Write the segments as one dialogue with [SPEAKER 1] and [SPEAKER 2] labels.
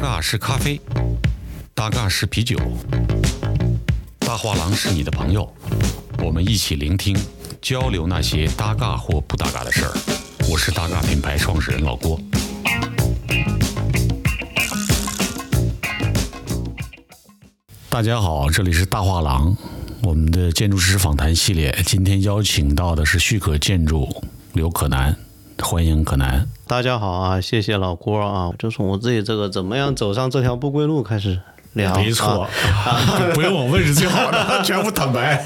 [SPEAKER 1] 嘎是咖啡，大嘎是啤酒，大画廊是你的朋友，我们一起聆听、交流那些搭嘎或不搭嘎的事儿。我是搭嘎品牌创始人老郭。大家好，这里是大画廊，我们的建筑师访谈系列，今天邀请到的是旭可建筑刘可南，欢迎可南。
[SPEAKER 2] 大家好啊，谢谢老郭啊，就从我自己这个怎么样走上这条不归路开始聊。
[SPEAKER 1] 没错，
[SPEAKER 2] 啊
[SPEAKER 1] 不用我问是最好的， 全部坦白。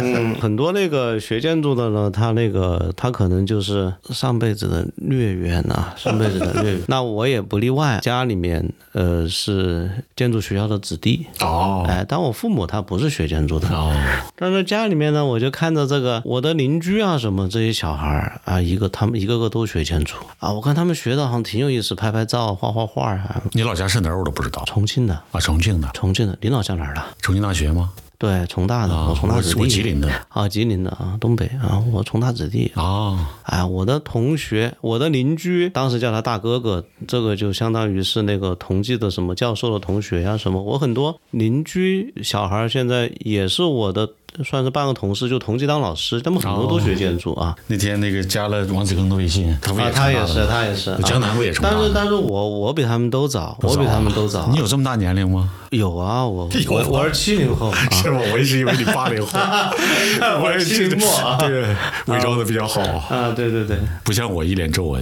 [SPEAKER 2] 嗯，很多那个学建筑的呢，他那个他可能就是上辈子的孽缘 啊，上辈子的孽缘。那我也不例外，家里面呃是建筑学校的子弟。
[SPEAKER 1] 哦
[SPEAKER 2] 哎，但我父母他不是学建筑的，
[SPEAKER 1] 哦，
[SPEAKER 2] 但是家里面呢，我就看着这个我的邻居啊什么这些小孩儿啊，一个他们一个个都学建筑啊，我看他们学的好像挺有意思，拍拍照、画画画啊。
[SPEAKER 1] 你老家是哪儿？我都不知道
[SPEAKER 2] 重庆的，
[SPEAKER 1] 啊，重庆的，
[SPEAKER 2] 重庆的，领导家哪儿的？
[SPEAKER 1] 重庆大学吗？
[SPEAKER 2] 对，重大的，
[SPEAKER 1] 啊，
[SPEAKER 2] 我重大
[SPEAKER 1] 我
[SPEAKER 2] 子弟。
[SPEAKER 1] 我吉林的
[SPEAKER 2] 啊，吉林的啊，东北啊，我重大子弟。
[SPEAKER 1] 啊，
[SPEAKER 2] 哎，我的同学，我的邻居，当时叫他大哥哥，这个就相当于是那个同济的什么教授的同学呀、什么。我很多邻居小孩儿现在也是我的，算是半个同事，就同济当老师，他们很多都学建筑啊。
[SPEAKER 1] 那天那个加了王子庚的微信，他不
[SPEAKER 2] 啊，
[SPEAKER 1] 也
[SPEAKER 2] 他也
[SPEAKER 1] 成
[SPEAKER 2] 是，
[SPEAKER 1] 哦大的吗
[SPEAKER 2] 他也是。
[SPEAKER 1] 江
[SPEAKER 2] 啊
[SPEAKER 1] 南不也成大
[SPEAKER 2] 但是
[SPEAKER 1] 的？啊
[SPEAKER 2] 但是我我比他们都早，我比他们都早
[SPEAKER 1] 你。有这么大年龄吗？
[SPEAKER 2] 有啊，我
[SPEAKER 1] 有
[SPEAKER 2] 我我是七零后啊。
[SPEAKER 1] 是吗？我一直以为你八 零后， 我也
[SPEAKER 2] 清末啊
[SPEAKER 1] 对，伪装的比较好，
[SPEAKER 2] 啊，对对对，
[SPEAKER 1] 不像我一脸皱纹。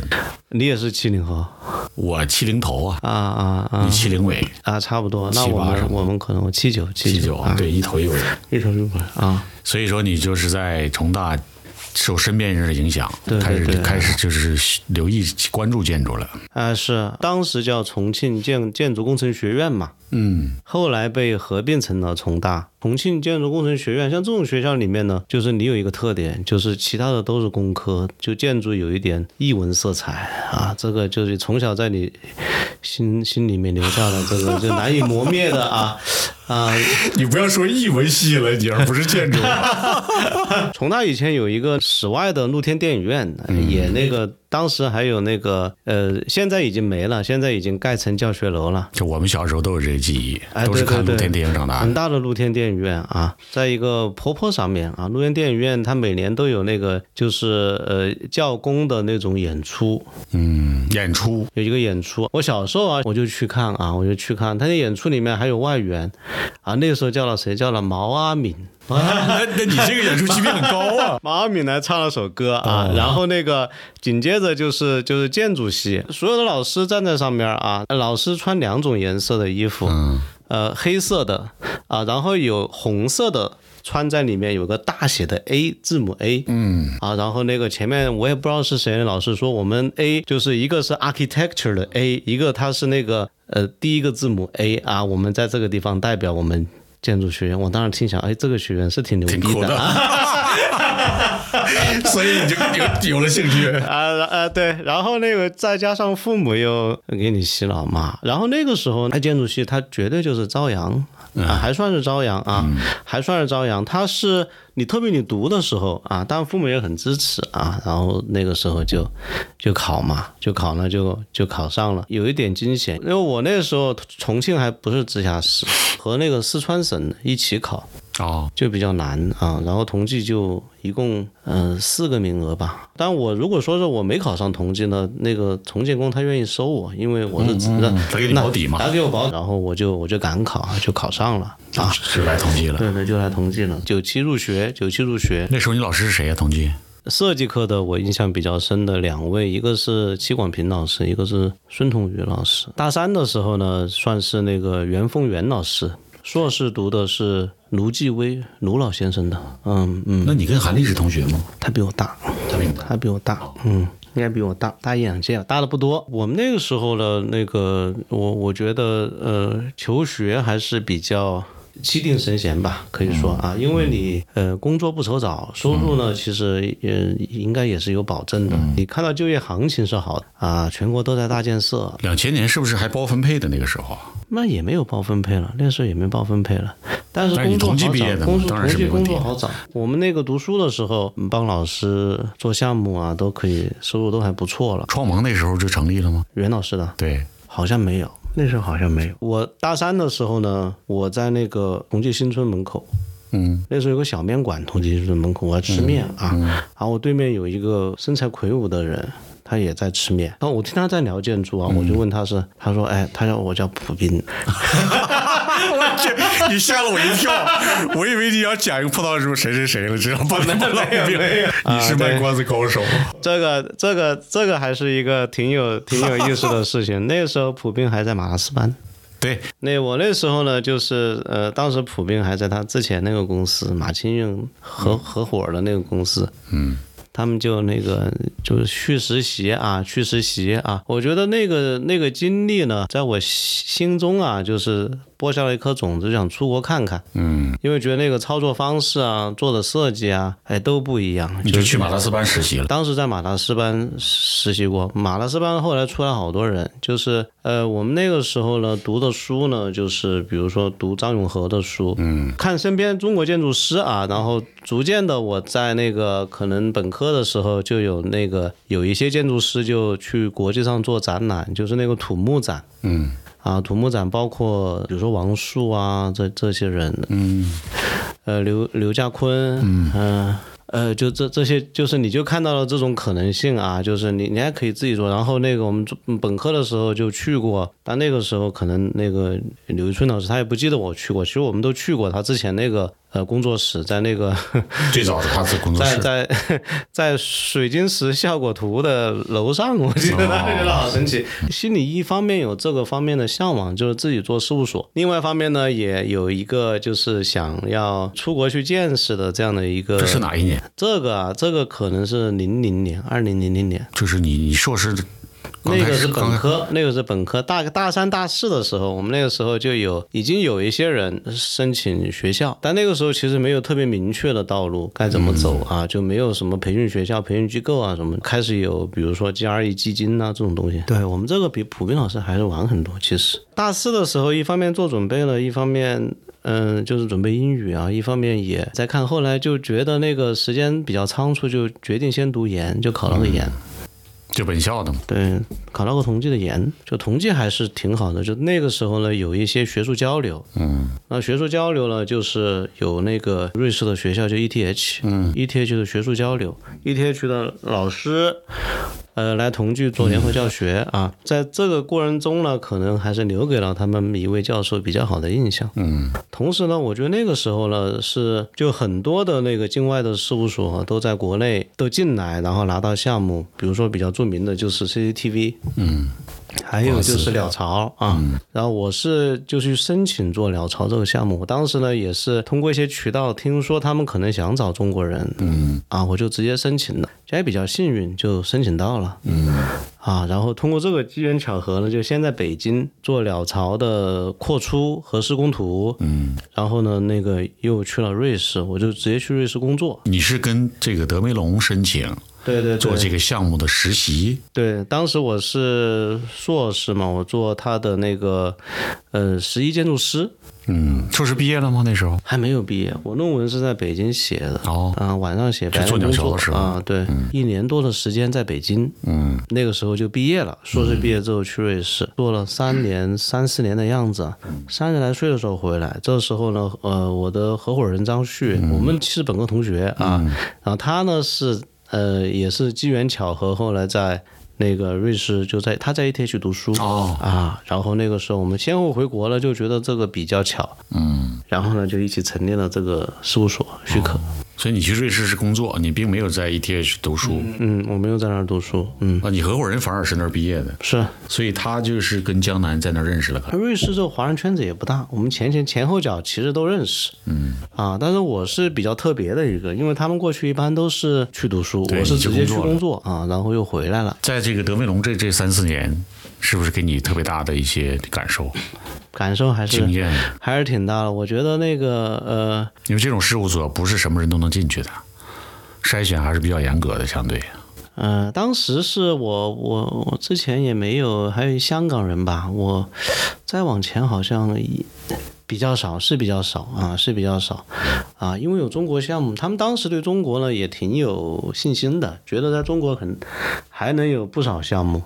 [SPEAKER 2] 你也是七零后
[SPEAKER 1] 我七零头啊，
[SPEAKER 2] 啊啊啊
[SPEAKER 1] 你七零尾，
[SPEAKER 2] 啊，差不多。那
[SPEAKER 1] 七八
[SPEAKER 2] 我
[SPEAKER 1] 什
[SPEAKER 2] 们
[SPEAKER 1] 么
[SPEAKER 2] 我们可能七九
[SPEAKER 1] 七
[SPEAKER 2] 七
[SPEAKER 1] 九，对，一头一尾。
[SPEAKER 2] 一头一尾啊，
[SPEAKER 1] 所以说你就是在重大受身边人的影响，
[SPEAKER 2] 对对
[SPEAKER 1] 开始
[SPEAKER 2] 对
[SPEAKER 1] 开始就是留意关注建筑了。
[SPEAKER 2] 啊是当时叫重庆建建筑工程学院嘛，
[SPEAKER 1] 嗯，
[SPEAKER 2] 后来被合并成了重大重庆建筑工程学院。像这种学校里面呢，就是你有一个特点，就是其他的都是工科，就建筑有一点艺文色彩啊，这个就是从小在你心心里面留下了这个就难以磨灭的啊啊。
[SPEAKER 1] 你不要说艺文系了，你而不是建筑。
[SPEAKER 2] 重大以前有一个室外的露天电影院，也那个当时还有那个呃，现在已经没了，现在已经盖成教学楼了。
[SPEAKER 1] 就我们小时候都有这个记忆，
[SPEAKER 2] 哎
[SPEAKER 1] 都是看露
[SPEAKER 2] 对对对
[SPEAKER 1] 天电影长大的
[SPEAKER 2] 很。大的露天电影院啊，在一个坡坡上面啊，露天电影院它每年都有那个就是呃教工的那种演出，
[SPEAKER 1] 嗯，演出
[SPEAKER 2] 有一个演出。我小时候啊，我就去看啊，我就去看，他那演出里面还有外援啊，那时候叫了谁？叫了毛阿敏，！
[SPEAKER 1] 啊那那你这个演出级别很高啊
[SPEAKER 2] 毛阿敏来唱了首歌啊，然后那个紧接着就是就是建筑系，所有的老师站在上面啊，老师穿两种颜色的衣服，呃，黑色的啊，然后有红色的。穿在里面有个大写的 A 字母 A，嗯啊，然后那个前面我也不知道是谁，老师说我们 A 就是一个是 architecture 的 A，一个它是那个呃第一个字母 A 啊，我们在这个地方代表我们建筑学院。我当时心想，哎，这个学院是挺牛逼
[SPEAKER 1] 挺酷 的，所以你就有有了兴趣。
[SPEAKER 2] 啊然啊对，然后那个再加上父母又给你洗脑嘛，然后那个时候那建筑系它绝对就是朝阳，啊、还算是朝阳啊，还算是朝阳，它是你特别你读的时候啊，但父母也很支持啊，然后那个时候就就考嘛，就考了就就考上了，有一点惊险，因为我那个时候重庆还不是直辖市，和那个四川省一起考，
[SPEAKER 1] 哦，
[SPEAKER 2] 就比较难啊。然后同济就一共呃四个名额吧。但我如果说是我没考上同济呢，那个重建工他愿意收我，因为我是职的，
[SPEAKER 1] 他嗯给你保底嘛，
[SPEAKER 2] 他给我保，然后我就我就赶考，就考上了啊。
[SPEAKER 1] 是来同济了。
[SPEAKER 2] 对对，就来同济了。九七入学，九七入学，
[SPEAKER 1] 那时候你老师是谁啊？同济？
[SPEAKER 2] 设计课的我印象比较深的两位，一个是戚广平老师，一个是孙同宇老师。大三的时候呢，算是那个袁凤元老师。硕士读的是卢继威卢老先生的，嗯嗯，
[SPEAKER 1] 那你跟韩立是同学吗？
[SPEAKER 2] 他比我大，
[SPEAKER 1] 他比你大
[SPEAKER 2] 他比我大，嗯，应该比我大，大一两届，大的不多。我们那个时候的那个，我我觉得，呃，求学还是比较。气定神闲吧，可以说啊，因为你呃工作不愁找，收入呢其实呃应该也是有保证的。你看到就业行情是好的啊，全国都在大建设，
[SPEAKER 1] 两千年是不是还包分配的那个时候啊？
[SPEAKER 2] 那也没有包分配了，那时候也没包分配 了，但是
[SPEAKER 1] 但是你
[SPEAKER 2] 工作
[SPEAKER 1] 同
[SPEAKER 2] 好
[SPEAKER 1] 济
[SPEAKER 2] 找，
[SPEAKER 1] 毕业的嘛
[SPEAKER 2] 工作
[SPEAKER 1] 当然
[SPEAKER 2] 同
[SPEAKER 1] 是
[SPEAKER 2] 济
[SPEAKER 1] 没问
[SPEAKER 2] 工
[SPEAKER 1] 题
[SPEAKER 2] 作
[SPEAKER 1] 的
[SPEAKER 2] 好找。我们那个读书的时候，嗯帮老师做项目啊，都可以，收入都还不错了。
[SPEAKER 1] 创盟那时候就成立了吗？
[SPEAKER 2] 袁老师的
[SPEAKER 1] 对，
[SPEAKER 2] 好像没有，
[SPEAKER 3] 那时候好像没有。
[SPEAKER 2] 我大三的时候呢，我在那个同济新村门口，
[SPEAKER 1] 嗯，
[SPEAKER 2] 那时候有个小面馆，同济新村门口我要吃面啊，然后我对面有一个身材魁梧的人。他也在吃面，然后我听他在聊建筑啊，
[SPEAKER 1] 嗯
[SPEAKER 2] 我就问他是，他说，哎，他叫我叫普斌，
[SPEAKER 1] 你吓了我一跳， 我以为你要讲一个碰到什么谁谁谁了，知道吧？ 那 你是卖关子高手。
[SPEAKER 2] 这个这个这个还是一个 挺有挺有意思的事情。那个时候普斌还在马拉斯班，
[SPEAKER 1] 对，
[SPEAKER 2] 那我那时候呢，就是呃，当时普斌还在他之前那个公司马清运合合伙的那个公司，
[SPEAKER 1] 嗯，
[SPEAKER 2] 他们就那个就是去实习啊，去实习啊。我觉得那个那个经历呢，在我心心中啊，就是播下了一颗种子，就想出国看看，
[SPEAKER 1] 嗯，
[SPEAKER 2] 因为觉得那个操作方式啊，做的设计啊，哎都不一样，
[SPEAKER 1] 你就去马拉斯班实习了。
[SPEAKER 2] 当时在马达斯班实习过，马达斯班后来出来好多人，就是呃，我们那个时候呢读的书呢，就是比如说读张永和的书，嗯，看身边中国建筑师啊，然后逐渐的我在那个可能本科的时候就有那个有一些建筑师就去国际上做展览，就是那个土木展，
[SPEAKER 1] 嗯
[SPEAKER 2] 啊，土木展包括比如说王树啊，这这些人，
[SPEAKER 1] 嗯，
[SPEAKER 2] 呃，刘刘家坤，嗯、呃，就这这些，就是你就看到了这种可能性啊，就是你你还可以自己做。然后那个我们做嗯本科的时候就去过，但那个时候可能那个刘一春老师他也不记得我去过，其实我们都去过他之前那个呃工作室，在那个
[SPEAKER 1] 最早是他自己工作
[SPEAKER 2] 在
[SPEAKER 1] 室。
[SPEAKER 2] 在在水晶石效果图的楼上，我记得当时觉得好神奇。
[SPEAKER 1] 哦
[SPEAKER 2] 心里一方面有这个方面的向往，就是自己做事务所；另外一方面呢，也有一个就是想要出国去见识的这样的一个。
[SPEAKER 1] 这是哪一年？
[SPEAKER 2] 这个啊，这个可能是零零年，二零零零年，
[SPEAKER 1] 就是你你硕士刚
[SPEAKER 2] 那
[SPEAKER 1] 开
[SPEAKER 2] 个
[SPEAKER 1] 始
[SPEAKER 2] 是
[SPEAKER 1] 刚
[SPEAKER 2] 本
[SPEAKER 1] 开
[SPEAKER 2] 科，那个是本科。大大三、大四的时候，我们那个时候就有已经有一些人申请学校，但那个时候其实没有特别明确的道路该怎么走啊，就没有什么培训学校、培训机构啊什么。开始有比如说 GRE 基金啊这种东西。对我们这个比普遍老师还是晚很多。其实大四的时候，一方面做准备了，一方面。嗯，就是准备英语啊，一方面也在看，后来就觉得那个时间比较仓促，就决定先读研，就考了个研。
[SPEAKER 1] 就本校的嘛。
[SPEAKER 2] 对，考到过同济的研，就同济还是挺好的。就那个时候呢，有一些学术交流，
[SPEAKER 1] 嗯
[SPEAKER 2] 那学术交流呢，就是有那个瑞士的学校叫 ETH，嗯，ETH 的学术交流，ETH 的老师，呃，来同济做联合教学、啊，在这个过程中呢，可能还是留给了他们一位教授比较好的印象。
[SPEAKER 1] 嗯
[SPEAKER 2] 同时呢，我觉得那个时候呢，是就很多的那个境外的事务所都在国内都进来，然后拿到项目，比如说比较著名的就是 CCTV，
[SPEAKER 1] 嗯，
[SPEAKER 2] 还有就是鸟巢啊，然后我是就去申请做鸟巢这个项目，我当时呢也是通过一些渠道听说他们可能想找中国人，嗯，啊，我就直接申请了，也比较幸运就申请到了，嗯，啊，然后通过这个机缘巧合呢，就先在北京做鸟巢的扩出和施工图，嗯，然后呢那个又去了瑞士，我就直接去瑞士工作，
[SPEAKER 1] 你是跟这个德梅隆申请
[SPEAKER 2] 对对对，
[SPEAKER 1] 做这个项目的实习，
[SPEAKER 2] 对，当时我是硕士嘛，我做他的那个，呃，十一建筑师，
[SPEAKER 1] 嗯，硕士毕业了吗？那时候
[SPEAKER 2] 还没有毕业，我论文是在北京写的，
[SPEAKER 1] 哦，
[SPEAKER 2] 啊、晚上写，白
[SPEAKER 1] 做
[SPEAKER 2] 天工
[SPEAKER 1] 鸟巢
[SPEAKER 2] 作
[SPEAKER 1] 的时候
[SPEAKER 2] 啊，对，一年多的时间在北京，
[SPEAKER 1] 嗯，
[SPEAKER 2] 那个时候就毕业了，硕士毕业之后去瑞士，做了三年、三四年的样子，啊
[SPEAKER 1] 嗯
[SPEAKER 2] 三十来岁的时候回来。这时候呢，呃，我的合伙人张旭，
[SPEAKER 1] 嗯
[SPEAKER 2] 我们是本科同学啊，然后他呢是呃也是机缘巧合，后来在。那个瑞士就在他在 ETH 读书、
[SPEAKER 1] 哦
[SPEAKER 2] 啊，然后那个时候我们先后回国了，就觉得这个比较巧，
[SPEAKER 1] 嗯，哦
[SPEAKER 2] 然后呢就一起成立了这个事务所许可。
[SPEAKER 1] 所以你去瑞士是工作，你并没有在 ETH 读书。
[SPEAKER 2] 嗯，我没有在那儿读书，嗯，
[SPEAKER 1] 啊，你合伙人反而是那儿毕业的，
[SPEAKER 2] 是。
[SPEAKER 1] 所以他就是跟江南在那儿认识了可能。
[SPEAKER 2] 瑞士这个华人圈子也不大，我们前前前后脚其实都认识，嗯啊，但是我是比较特别的一个，因为他们过去一般都是去读书，
[SPEAKER 1] 对
[SPEAKER 2] 我是直接
[SPEAKER 1] 你去
[SPEAKER 2] 去
[SPEAKER 1] 工作了
[SPEAKER 2] 工作啊，然后又回来了，
[SPEAKER 1] 在这个德梅隆这这三四年，是不是给你特别大的一些感受、
[SPEAKER 2] 感受还
[SPEAKER 1] 经
[SPEAKER 2] 是
[SPEAKER 1] 验？
[SPEAKER 2] 还是挺大的。我觉得那个呃，
[SPEAKER 1] 因为这种事务所不是什么人都能进去的，筛选还是比较严格的，相对。
[SPEAKER 2] 呃，当时是我我我之前也没有，还有一香港人吧，我再往前好像一比较少，是比较少啊，是比较少啊，因为有中国项目，他们当时对中国呢也挺有信心的，觉得在中国很还能有不少项目，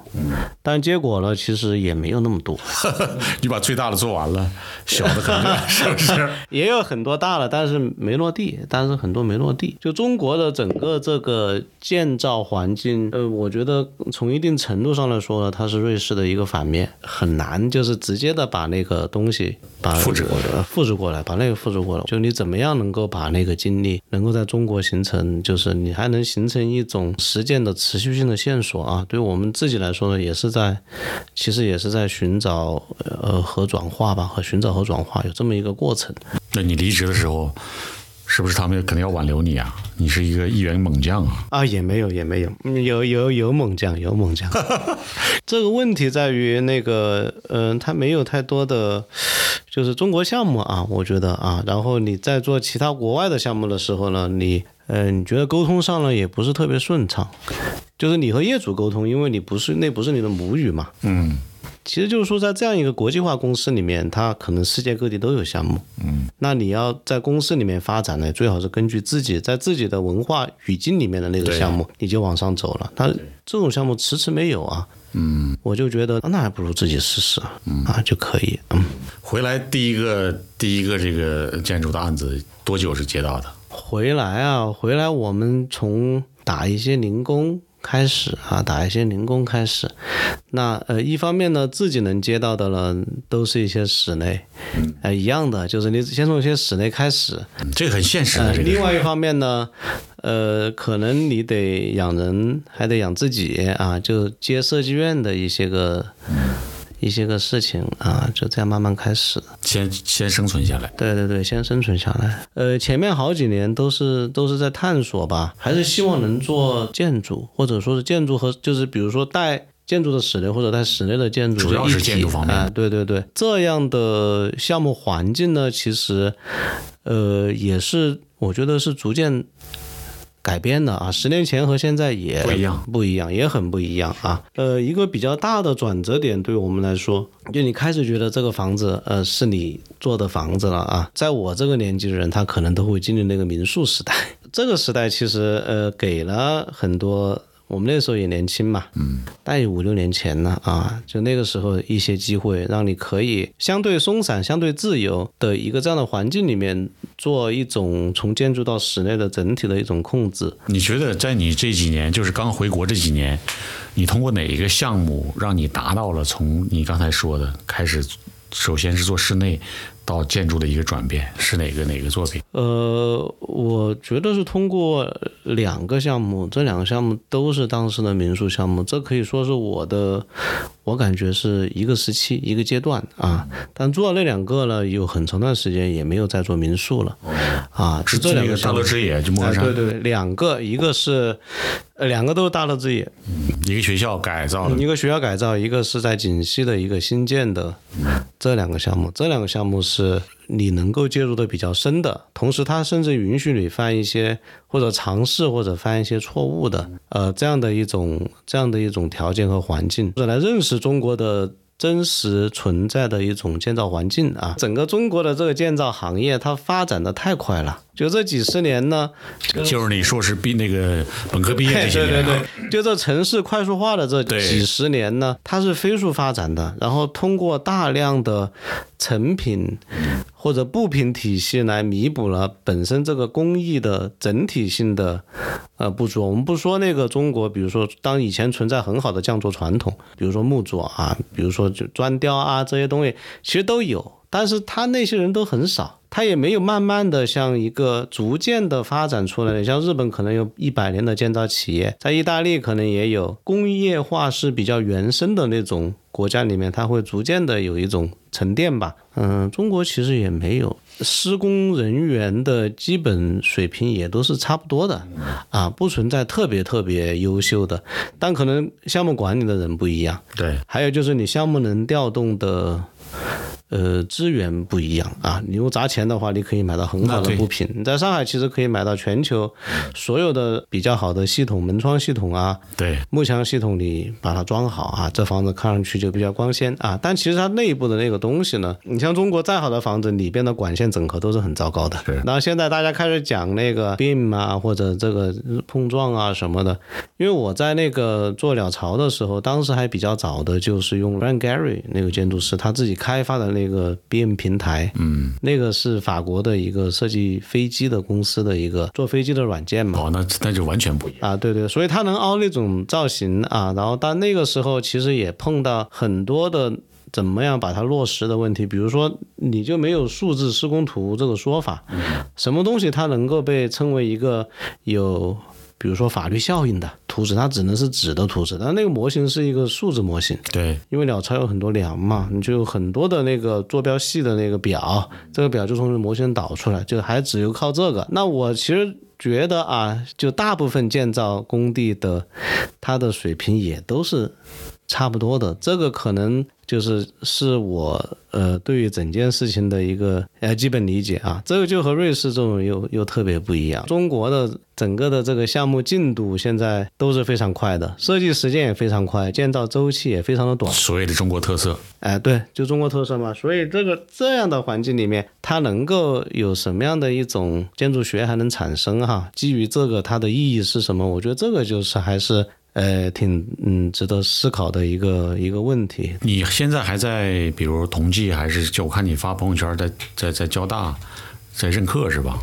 [SPEAKER 2] 但结果呢，其实也没有那么多，
[SPEAKER 1] 你把最大的做完了，小的可能是 不是？
[SPEAKER 2] 也有很多大了，但是没落地，但是很多没落地。就中国的整个这个建造环境，呃，我觉得从一定程度上来说呢，它是瑞士的一个反面，很难就是直接的把那个东西把
[SPEAKER 1] 复制
[SPEAKER 2] 过来，复制过来，把那个复制过来。就你怎么样能够把那个经历能够在中国形成，就是你还能形成一种实践的持续性的线索啊？对我们自己来说呢，也是在，其实也是在寻找呃和转化吧，和寻找和转化有这么一个过程。
[SPEAKER 1] 那你离职的时候，是不是他们肯定要挽留你啊？你是一个一员猛将啊！
[SPEAKER 2] 啊，也没有，也没有，嗯有有有猛将，有猛将。这个问题在于那个，嗯、它没有太多的，就是中国项目啊，我觉得啊，然后你在做其他国外的项目的时候呢，你，嗯、你觉得沟通上呢也不是特别顺畅，就是你和业主沟通，因为你不是那不是你的母语嘛，
[SPEAKER 1] 嗯，
[SPEAKER 2] 其实就是说，在这样一个国际化公司里面，它可能世界各地都有项目。嗯，那你要在公司里面发展呢，最好是根据自己在自己的文化语境里面的那个项目，你就往上走了。那这种项目迟迟没有啊。嗯，我就觉得啊那还不如自己试试啊，啊就可以。嗯，
[SPEAKER 1] 回来第一个第一个这个建筑的案子多久是接到的？
[SPEAKER 2] 回来啊，回来我们从打一些零工开始啊，打一些零工开始。那呃，一方面呢，自己能接到的呢，都是一些室内，呃，一样的，就是你先从一些室内开始。
[SPEAKER 1] 嗯这个很现实
[SPEAKER 2] 呃，
[SPEAKER 1] 的，这个
[SPEAKER 2] 另
[SPEAKER 1] 是
[SPEAKER 2] 外一方面呢，呃，可能你得养人，还得养自己啊，就接设计院的一些个。一些个事情啊，就这样慢慢开始。
[SPEAKER 1] 先先生存下来。
[SPEAKER 2] 对对对，先生存下来。呃，前面好几年都是都是在探索吧，还是希望能做建筑，或者说是建筑和就是比如说带建筑的室内或者带室内的建筑
[SPEAKER 1] 主要是
[SPEAKER 2] 一体
[SPEAKER 1] 建筑方面
[SPEAKER 2] 啊对对对，这样的项目环境呢，其实呃也是我觉得是逐渐。改变的啊，十年前和现在也
[SPEAKER 1] 不一样，
[SPEAKER 2] 不一样，也很不一样啊。呃，一个比较大的转折点对我们来说，就你开始觉得这个房子，呃，是你做的房子了啊。在我这个年纪的人，他可能都会经历那个民宿时代。这个时代其实呃，给了很多。我们那时候也年轻嘛，嗯，但也五六年前了啊，就那个时候一些机会，让你可以相对松散、相对自由的一个这样的环境里面，做一种从建筑到室内的整体的一种控制。
[SPEAKER 1] 你觉得在你这几年，就是刚回国这几年，你通过哪一个项目让你达到了从你刚才说的开始，首先是做室内到建筑的一个转变，是哪个哪个作品？
[SPEAKER 2] 呃，我觉得是通过两个项目，这两个项目都是当时的民宿项目，这可以说是我的，我感觉是一个时期一个阶段啊。但做了那两个呢，有很长段时间也没有再做民宿了啊。
[SPEAKER 1] 是
[SPEAKER 2] 这
[SPEAKER 1] 做
[SPEAKER 2] 两
[SPEAKER 1] 那
[SPEAKER 2] 个
[SPEAKER 1] 个大
[SPEAKER 2] 项目
[SPEAKER 1] 乐之野，就莫
[SPEAKER 2] 啊
[SPEAKER 1] 干山、
[SPEAKER 2] 对对对，两个，一个是，呃两个都是大乐之野，
[SPEAKER 1] 一个学校改造的，
[SPEAKER 2] 一个学校改造，一个是在锦西的一个新建的，这两个项目，这两个项目是你能够介入的比较深的，同时它甚至允许你犯一些或者尝试或者犯一些错误的，呃，这样的一种这样的一种条件和环境，或者来认识中国的。真实存在的一种建造环境啊，整个中国的这个建造行业它发展的太快了，就这几十年呢，
[SPEAKER 1] 就是你硕士毕那个本科毕业这
[SPEAKER 2] 对
[SPEAKER 1] 些
[SPEAKER 2] 对
[SPEAKER 1] 年、
[SPEAKER 2] 对对，就这城市快速化的这
[SPEAKER 1] 对
[SPEAKER 2] 几十年呢，它是飞速发展的，然后通过大量的成品
[SPEAKER 1] 嗯
[SPEAKER 2] 或者布品体系来弥补了本身这个工艺的整体性的呃不足。我们不说那个中国，比如说当以前存在很好的匠作传统，比如说木作啊，比如说就砖雕啊这些东西，其实都有，但是他那些人都很少。他也没有慢慢的像一个逐渐的发展出来的，像日本可能有一百年的建造企业，在意大利可能也有工业化是比较原生的那种国家里面，它会逐渐的有一种沉淀吧。嗯，中国其实也没有，施工人员的基本水平也都是差不多的，啊，不存在特别特别优秀的，但可能项目管理的人不一样，
[SPEAKER 1] 对
[SPEAKER 2] 还有就是你项目能调动的呃资源不一样啊。你用砸钱的话，你可以买到很好
[SPEAKER 1] 那
[SPEAKER 2] 的
[SPEAKER 1] 啊对
[SPEAKER 2] 布品。你在上海其实可以买到全球所有的比较好的系统，门窗系统啊，
[SPEAKER 1] 对，
[SPEAKER 2] 幕墙系统你把它装好啊，这房子看上去就比较光鲜啊。但其实它内部的那个东西呢，你像中国再好的房子，里边的管线整合都是很糟糕的。
[SPEAKER 1] 是
[SPEAKER 2] 然后现在大家开始讲那个 BIM 啊，或者这个碰撞啊什么的。因为我在那个做鸟巢的时候，当时还比较早的，就是用 Ran Gary 那个建筑师他自己开发的那个 BIM 平台，嗯，那个是法国的一个设计飞机的公司的一个做飞机的软件嘛。
[SPEAKER 1] 哦，那那就完全不一样。
[SPEAKER 2] 啊，对对，所以他能凹那种造型啊，然后但那个时候其实也碰到很多的怎么样把它落实的问题，比如说你就没有数字施工图这个说法，
[SPEAKER 1] 嗯
[SPEAKER 2] 什么东西它能够被称为一个有。比如说法律效应的图纸，它只能是纸的图纸，但那个模型是一个数字模型，
[SPEAKER 1] 对，
[SPEAKER 2] 因为鸟巢有很多梁嘛，你就有很多的那个坐标系的那个表，这个表就从模型导出来，就还只有靠这个。那我其实觉得啊，就大部分建造工地的，它的水平也都是差不多的。这个可能就是是我呃对于整件事情的一个呃基本理解啊。这个就和瑞士这种又又特别不一样。中国的整个的这个项目进度现在都是非常快的，设计时间也非常快，建造周期也非常的短。
[SPEAKER 1] 所谓的中国特色，
[SPEAKER 2] 哎，对，就中国特色嘛，所以这个这样的环境里面，它能够有什么样的一种建筑学还能产生哈？基于这个它的意义是什么？我觉得这个就是还是呃挺嗯值得思考的一个一个问题。
[SPEAKER 1] 你现在还在，比如同济，还是就我看你发朋友圈在在在交大在任课是吧？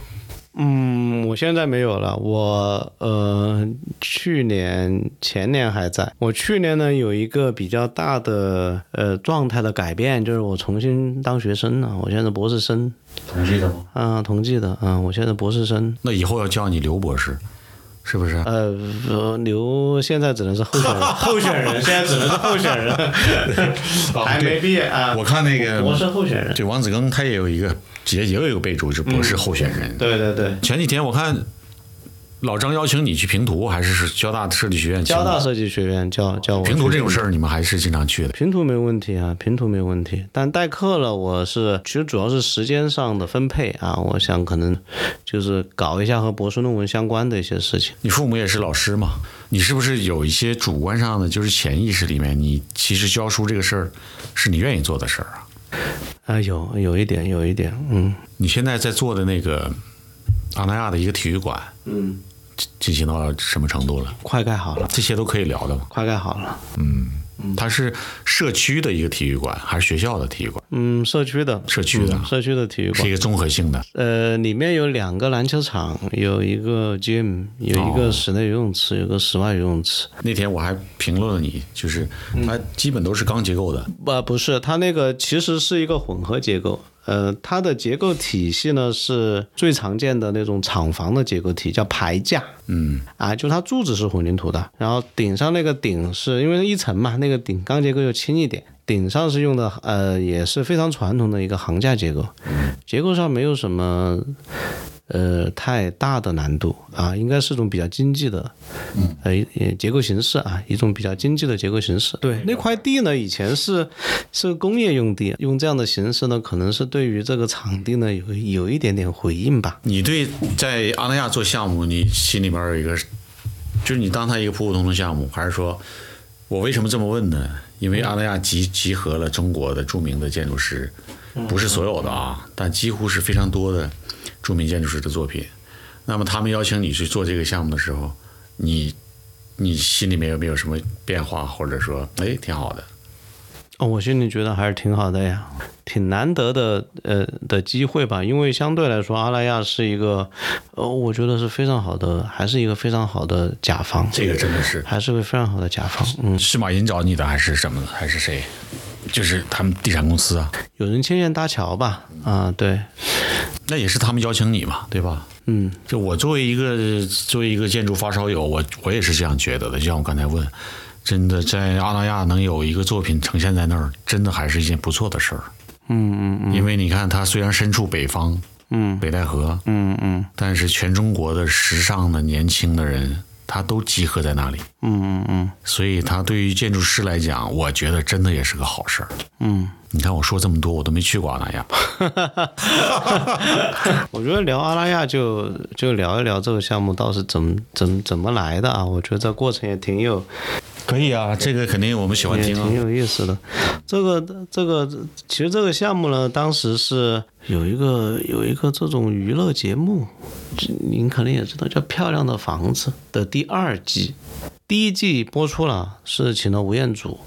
[SPEAKER 2] 嗯，我现在没有了。我呃，去年前年还在。我去年呢有一个比较大的呃状态的改变，就是我重新当学生了。我现在是博士生
[SPEAKER 1] 同济的吗？
[SPEAKER 2] 啊，同济的啊，我现在博士生。
[SPEAKER 1] 那以后要叫你刘博士，是不是？
[SPEAKER 2] 呃，呃刘现在只能是候选人， 候选人现在只能是候 选人，还没毕业啊。
[SPEAKER 1] 我看那个
[SPEAKER 2] 博士候选人，
[SPEAKER 1] 对王子庚，他也有一个也也有一个备注，是博士候选人。
[SPEAKER 2] 对对对，
[SPEAKER 1] 前几天我看老张邀请你去平图，还是是交大设计学院？
[SPEAKER 2] 交大设计学院叫叫我
[SPEAKER 1] 哎平图
[SPEAKER 2] 去
[SPEAKER 1] 这种事儿，你们还是经常去的。
[SPEAKER 2] 平图没问题啊，平图没问题。但代课了，我是其实主要是时间上的分配啊，我想可能就是搞一下和博士论文相关的一些事情。
[SPEAKER 1] 你父母也是老师嘛？你是不是有一些主观上的，就是潜意识里面，你其实教书这个事儿是你愿意做的事儿啊？
[SPEAKER 2] 啊，有有一点，有一点，嗯，
[SPEAKER 1] 你现在在做的那个阿那亚的一个体育馆，嗯，进行到什么程度了？
[SPEAKER 2] 快盖好了，
[SPEAKER 1] 这些都可以聊的嘛。
[SPEAKER 2] 快盖好了。
[SPEAKER 1] 嗯它是社区的一个体育馆，还是学校的体育馆？
[SPEAKER 2] 嗯，社区的，
[SPEAKER 1] 社区的
[SPEAKER 2] 嗯社区的体育馆
[SPEAKER 1] 是一个综合性的。
[SPEAKER 2] 呃，里面有两个篮球场，有一个 gym，有一个室内游泳池，有个室外游泳池。
[SPEAKER 1] 那天我还评论了你，就是它基本都是钢结构的，
[SPEAKER 2] 不、呃不是，它那个其实是一个混合结构。呃，它的结构体系呢是最常见的那种厂房的结构体，叫排架。嗯，啊，就它柱子是混凝土的，然后顶上那个顶是因为一层嘛，那个顶钢结构就轻一点，顶上是用的呃也是非常传统的一个桁架结构，结构上没有什么呃太大的难度啊，应该是种比较经济的，呃也结构形式啊，一种比较经济的结构形式。对，那块地呢，以前是是工业用地，用这样的形式呢，可能是对于这个场地呢有有一点点回应吧。
[SPEAKER 1] 你对在阿那亚做项目，你心里面有一个，就是你当它一个普普通通项目，还是说，我为什么这么问呢？因为阿那亚集集合了中国的著名的建筑师，不是所有的啊，但几乎是非常多的著名建筑师的作品。那么他们邀请你去做这个项目的时候，你你心里面有没有什么变化，或者说，哎，挺好的？
[SPEAKER 2] 哦，我心里觉得还是挺好的呀，挺难得的呃的机会吧，因为相对来说，阿拉亚是一个，呃，我觉得是非常好的，还是一个非常好的甲方，
[SPEAKER 1] 这个真的是
[SPEAKER 2] 还是个非常好的甲方。嗯，
[SPEAKER 1] 是马云找你的，还是什么的，还是谁？就是他们地产公司啊，
[SPEAKER 2] 有人牵线搭桥吧？啊，对，
[SPEAKER 1] 那也是他们邀请你嘛，对吧？
[SPEAKER 2] 嗯，
[SPEAKER 1] 就我作为一个作为一个建筑发烧友，我我也是这样觉得的。就像我刚才问，真的在阿那亚能有一个作品呈现在那儿，真的还是一件不错的事儿。嗯嗯嗯，因为你看，它虽然身处北方，嗯，北戴河，嗯嗯，但是全中国的时尚的年轻的人它都集合在那里。
[SPEAKER 2] 嗯嗯嗯
[SPEAKER 1] 所以它对于建筑师来讲，我觉得真的也是个好事儿。
[SPEAKER 2] 嗯。
[SPEAKER 1] 你看我说这么多，我都没去过阿那亚。
[SPEAKER 2] 我觉得聊阿拉亚就就聊一聊这个项目到是怎么怎么怎么来的啊？我觉得这过程也挺有
[SPEAKER 1] 可以啊，这个肯定我们喜欢
[SPEAKER 2] 也
[SPEAKER 1] 听
[SPEAKER 2] 挺
[SPEAKER 1] 啊。
[SPEAKER 2] 有意思的。这个这个其实这个项目呢，当时是有一个有一个这种娱乐节目，这您可能也知道，叫《漂亮的房子》的第二季。第一季播出了，是请了吴彦祖，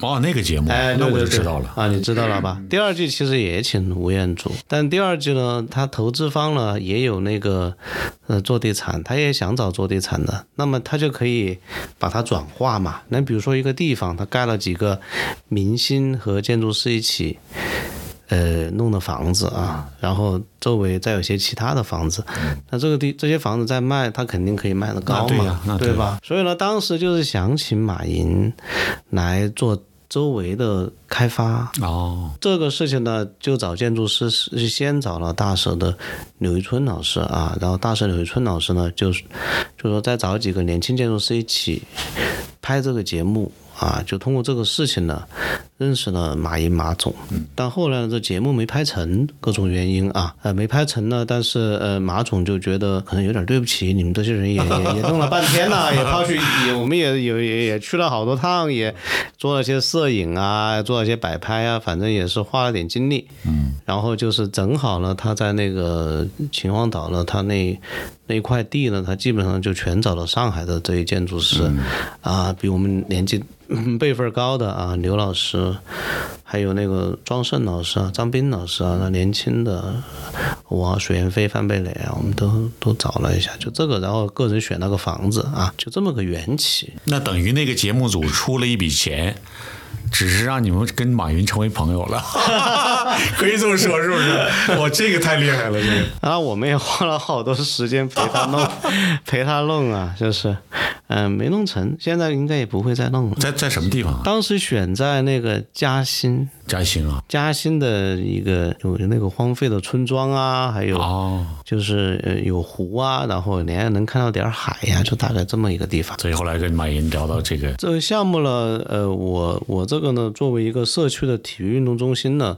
[SPEAKER 1] 哦，那个节目，
[SPEAKER 2] 哎，对
[SPEAKER 1] 那我就
[SPEAKER 2] 对对
[SPEAKER 1] 知道了。嗯
[SPEAKER 2] 啊，你知道了吧？第二季其实也请吴彦祖，但第二季呢，他投资方呢也有那个呃做地产，他也想找做地产的，那么他就可以把它转化嘛。那比如说一个地方，他盖了几个明星和建筑师一起。呃，弄的房子啊，
[SPEAKER 1] 嗯
[SPEAKER 2] 然后周围再有些其他的房子，那这个地这些房子再卖，它肯定可以卖得高
[SPEAKER 1] 那嗯啊
[SPEAKER 2] 嘛，
[SPEAKER 1] 对呀那对
[SPEAKER 2] 对吧？所以呢，当时就是想请马云来做周围的开发。
[SPEAKER 1] 哦，
[SPEAKER 2] 这个事情呢，就找建筑师是先找了大蛇的柳一春老师啊，然后大蛇柳一春老师呢，就是就说再找几个年轻建筑师一起拍这个节目啊，就通过这个事情呢，认识了马云马总。但后来呢，这节目没拍成，各种原因啊，呃，没拍成呢。但是呃，马总就觉得可能有点对不起你们这些人也，也也弄了半天了，也抛去也我们也也也也去了好多趟，也做了些摄影啊，做了些摆拍啊，反正也是花了点精力。嗯，然后就是正好呢，他在那个秦皇岛呢，他那那一块地呢，他基本上就全找到上海的这一建筑师，啊，比我们年纪嗯辈分儿高的啊，刘老师，还有那个庄胜老师啊、张斌老师啊，那年轻的我啊、水原飞、范贝蕾啊，我们都都找了一下，就这个，然后个人选了个房子啊，就这么个缘起。
[SPEAKER 1] 那等于那个节目组出了一笔钱，只是让你们跟马云成为朋友 了，可以这么说，是不 是？哇，这个太厉害了，这个。
[SPEAKER 2] 然后我们也花了好多时间陪他弄，陪他弄啊，就是，嗯、没弄成，现在应该也不会再弄了。
[SPEAKER 1] 在在什么地方啊？
[SPEAKER 2] 当时选在那个嘉兴，
[SPEAKER 1] 嘉兴啊。
[SPEAKER 2] 嘉兴的一个有那个荒废的村庄啊，还有
[SPEAKER 1] 哦，
[SPEAKER 2] 就是呃有湖啊，然后你还能看到点儿海呀、就大概这么一个地方。
[SPEAKER 1] 所以后来跟马云聊到这个，
[SPEAKER 2] 这个项目呢，呃，我我这个呢，作为一个社区的体育运动中心呢，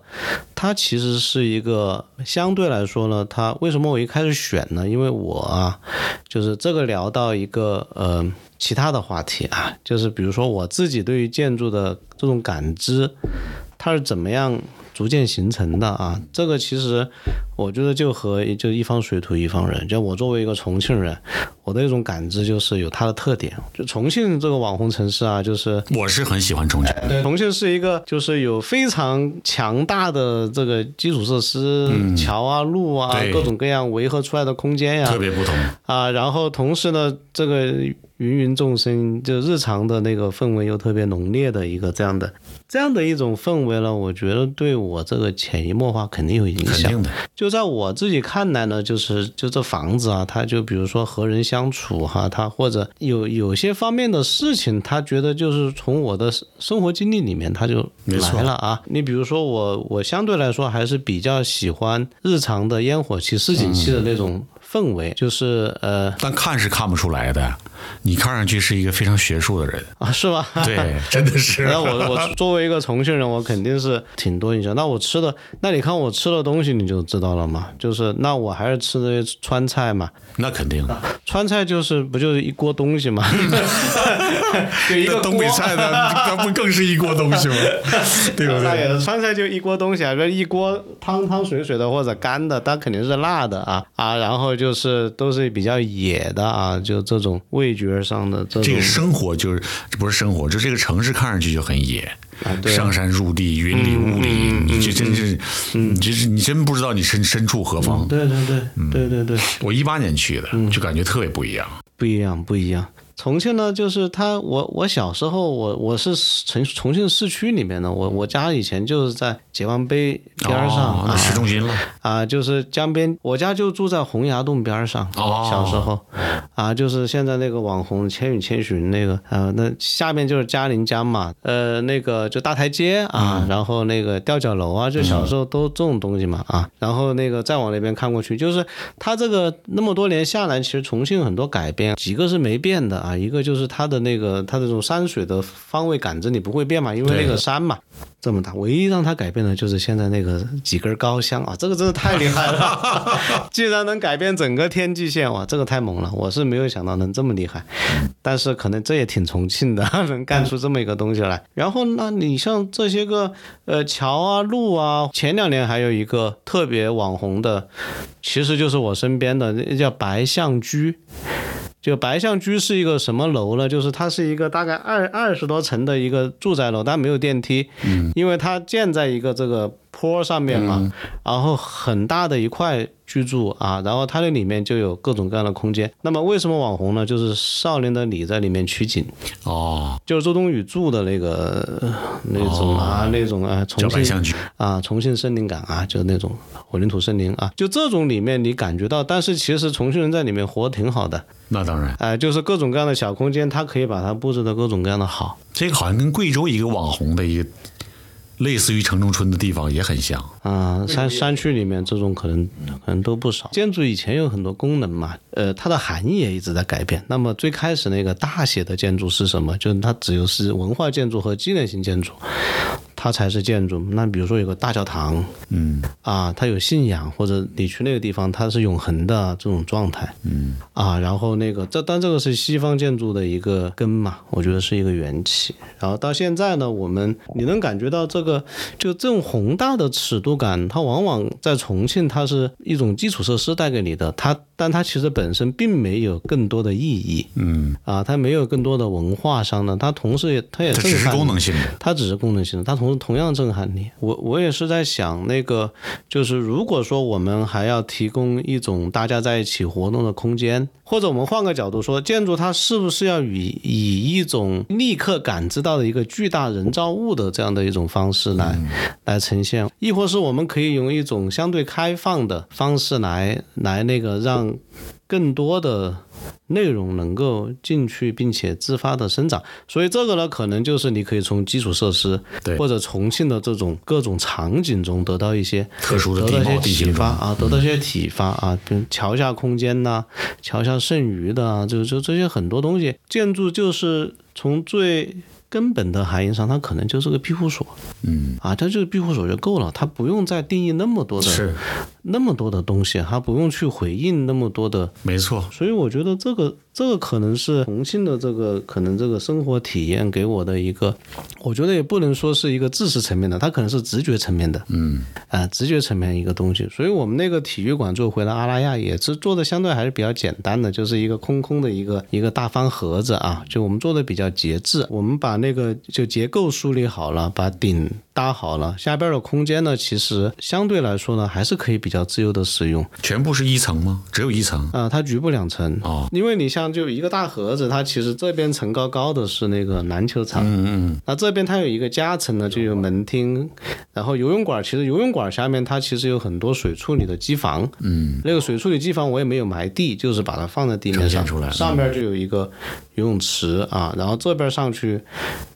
[SPEAKER 2] 它其实是一个相对来说呢，它为什么我一开始选呢？因为我啊，就是这个聊到一个呃其他的话题啊，就是比如说我自己对于建筑的这种感知，它是怎么样逐渐形成的啊？这个其实我觉得就和就一方水土一方人，就我作为一个重庆人，我的一种感知就是有它的特点。就重庆这个网红城市啊，就是
[SPEAKER 1] 我是很喜欢重庆的。
[SPEAKER 2] 重庆是一个就是有非常强大的这个基础设施，桥啊、路啊
[SPEAKER 1] 对，
[SPEAKER 2] 各种各样维和出来的空间呀、
[SPEAKER 1] 特别不同，
[SPEAKER 2] 啊，然后同时呢，这个芸芸众生就日常的那个氛围又特别浓烈的一个这样的这样的一种氛围呢，我觉得对我这个潜移默化肯定有影
[SPEAKER 1] 肯
[SPEAKER 2] 响。
[SPEAKER 1] 定的。
[SPEAKER 2] 就在我自己看来呢，就是就这房子啊，它就比如说和人相处哈、它或者有有些方面的事情，他觉得就是从我的生生活经历里面，他就
[SPEAKER 1] 没错
[SPEAKER 2] 来了啊。你比如说我，我相对来说还是比较喜欢日常的烟火气、市井气
[SPEAKER 1] 嗯
[SPEAKER 2] 的那种氛围，就是呃
[SPEAKER 1] 但看是看不出来的，你看上去是一个非常学术的 人，
[SPEAKER 2] 啊，是吧？
[SPEAKER 1] 对，真的是
[SPEAKER 2] 那我我作为一个重庆人，我肯定是挺多影响。那我吃的，那你看我吃的东西你就知道了嘛，就是那我还是吃的川菜嘛，
[SPEAKER 1] 那肯定的。
[SPEAKER 2] 川菜就是不就是一锅东西嘛， 就一个
[SPEAKER 1] 那东北
[SPEAKER 2] 锅
[SPEAKER 1] 菜的，那不更是一锅东 西吗？对不
[SPEAKER 2] 那
[SPEAKER 1] 对？
[SPEAKER 2] 也是川菜就一锅东西啊，比如一锅汤汤水水的或者干的，但肯定是辣的啊啊，然后就是都是比较野的啊，就这种味觉上的这种
[SPEAKER 1] 这个生活就是，这不是生活，就这个城市看上去就很野，
[SPEAKER 2] 啊，嗯对啊
[SPEAKER 1] 上山入地，云里雾里，你这真是，
[SPEAKER 2] 嗯
[SPEAKER 1] 你这是你真不知道你身身处何方。
[SPEAKER 2] 对对对
[SPEAKER 1] 嗯
[SPEAKER 2] 对对对。
[SPEAKER 1] 我一八年去的，
[SPEAKER 2] 嗯
[SPEAKER 1] 就感觉特别不一样。
[SPEAKER 2] 不一样，不一样。重庆呢，就是它，我我小时候我我是重重庆市区里面的，我我家以前就是在解放碑边儿上、
[SPEAKER 1] 哦那
[SPEAKER 2] 啊
[SPEAKER 1] 市中心了，
[SPEAKER 2] 啊，就是江边，我家就住在洪崖洞边儿上。
[SPEAKER 1] 哦
[SPEAKER 2] 小时候啊，就是现在那个网红《千与千寻》那个啊，那下面就是嘉陵江嘛，呃，那个就大台阶啊，然后那个吊脚楼啊，就小时候都这种东西嘛啊，然后那个再往那边看过去，就是它这个那么多年下来，其实重庆很多改变，几个是没变的啊，一个就是它的那个它的这种山水的方位感知你不会变嘛，因为
[SPEAKER 1] 对
[SPEAKER 2] 那个山嘛。这么大，唯一让它改变的就是现在那个几根高香啊，这个真的太厉害 了，竟然能改变整个天际线哇，这个太猛了，我是没有想到能这么厉害，但是可能这也挺重庆的，能干出这么一个东西来。然后，那你像这些个呃桥啊、路啊，前两年还有一个特别网红的，其实就是我身边的那叫白象居。就白象居是一个什么楼呢？就是它是一个大概二二十多层的一个住宅楼，但没有电梯，因为它建在一个这个坡上面嘛，然后很大的一块居住啊，然后它那里面就有各种各样的空间。那么为什么网红呢？就是《少年的你》在里面取景，
[SPEAKER 1] 哦，
[SPEAKER 2] 就是周冬雨住的那个呃那种啊，那种啊，重
[SPEAKER 1] 哦叫白
[SPEAKER 2] 庆
[SPEAKER 1] 象居，
[SPEAKER 2] 啊，重庆森林感啊，就是那种混凝土森林啊，就这种里面你感觉到，但是其实重庆人在里面活得挺好的，
[SPEAKER 1] 那当然，
[SPEAKER 2] 哎，就是各种各样的小空间，它可以把它布置的各种各样的好。
[SPEAKER 1] 这个好像跟贵州一个网红的一个类似于城中村的地方也很像。
[SPEAKER 2] 啊、山山区里面这种可能可能都不少。建筑以前有很多功能嘛，呃，它的含义也一直在改变。那么最开始那个大写的建筑是什么？就是它只有是文化建筑和纪念性建筑，它才是建筑。那比如说有个大教堂，
[SPEAKER 1] 嗯，
[SPEAKER 2] 啊，它有信仰，或者你去那个地方，它是永恒的这种状态。嗯，啊，然后那个这，但这个是西方建筑的一个根嘛，我觉得是一个缘起。然后到现在呢，我们你能感觉到这个就这种宏大的尺度感，它往往在重庆，它是一种基础设施带给你的，它但它其实本身并没有更多的意义。嗯，啊，它没有更多的文化上的，它同时也它也
[SPEAKER 1] 它
[SPEAKER 2] 震
[SPEAKER 1] 只是
[SPEAKER 2] 撼
[SPEAKER 1] 功
[SPEAKER 2] 你
[SPEAKER 1] 能性的。
[SPEAKER 2] 它只是功能性的，它同同样震撼你。我我也是在想，那个就是如果说我们还要提供一种大家在一起活动的空间，或者我们换个角度说，建筑它是不是要以以一种立刻感知到的一个巨大人造物的这样的一种方式来、来呈现，亦或是我们可以用一种相对开放的方式来来那个让更多的内容能够进去，并且自发的生长。所以这个呢，可能就是你可以从基础设施
[SPEAKER 1] 对
[SPEAKER 2] 或者重庆的这种各种场景中得到一些
[SPEAKER 1] 特殊的
[SPEAKER 2] 得
[SPEAKER 1] 地
[SPEAKER 2] 到一
[SPEAKER 1] 貌
[SPEAKER 2] 些
[SPEAKER 1] 地形嗯
[SPEAKER 2] 启发
[SPEAKER 1] 状
[SPEAKER 2] 啊，得到一些启发啊，比如桥下空间呐、桥下剩余的啊，就就这些很多东西，建筑就是从最。根本的含义上，它可能就是个庇护所，嗯啊，它就是庇护所就够了，它不用再定义那么多的
[SPEAKER 1] 是，
[SPEAKER 2] 那么多的东西，它不用去回应那么多的
[SPEAKER 1] 没错，
[SPEAKER 2] 所以我觉得这个这个可能是重庆的这个可能这个生活体验给我的一个，我觉得也不能说是一个知识层面的，它可能是直觉层面的，嗯，啊、直觉层面一个东西。所以我们那个体育馆做回到阿拉亚也是做的相对还是比较简单的，就是一个空空的一个一个大方盒子啊，就我们做的比较节制，我们把那个就结构梳理好了，把顶搭好了，下边的空间呢，其实相对来说呢，还是可以比较自由的使用。
[SPEAKER 1] 全部是一层吗？只有一层
[SPEAKER 2] 啊、它局部两层
[SPEAKER 1] 哦，
[SPEAKER 2] 因为你像就一个大盒子，它其实这边层高高的是那个篮球场，嗯嗯，那这边它有一个夹层呢，就有门厅，然后游泳馆，其实游泳馆下面它其实有很多水处理的机房，嗯，那个水处理机房我也没有埋地，就是把它放在地面
[SPEAKER 1] 呈现
[SPEAKER 2] 上，
[SPEAKER 1] 出来嗯
[SPEAKER 2] 上边就有一个游泳池啊，然后这边上去。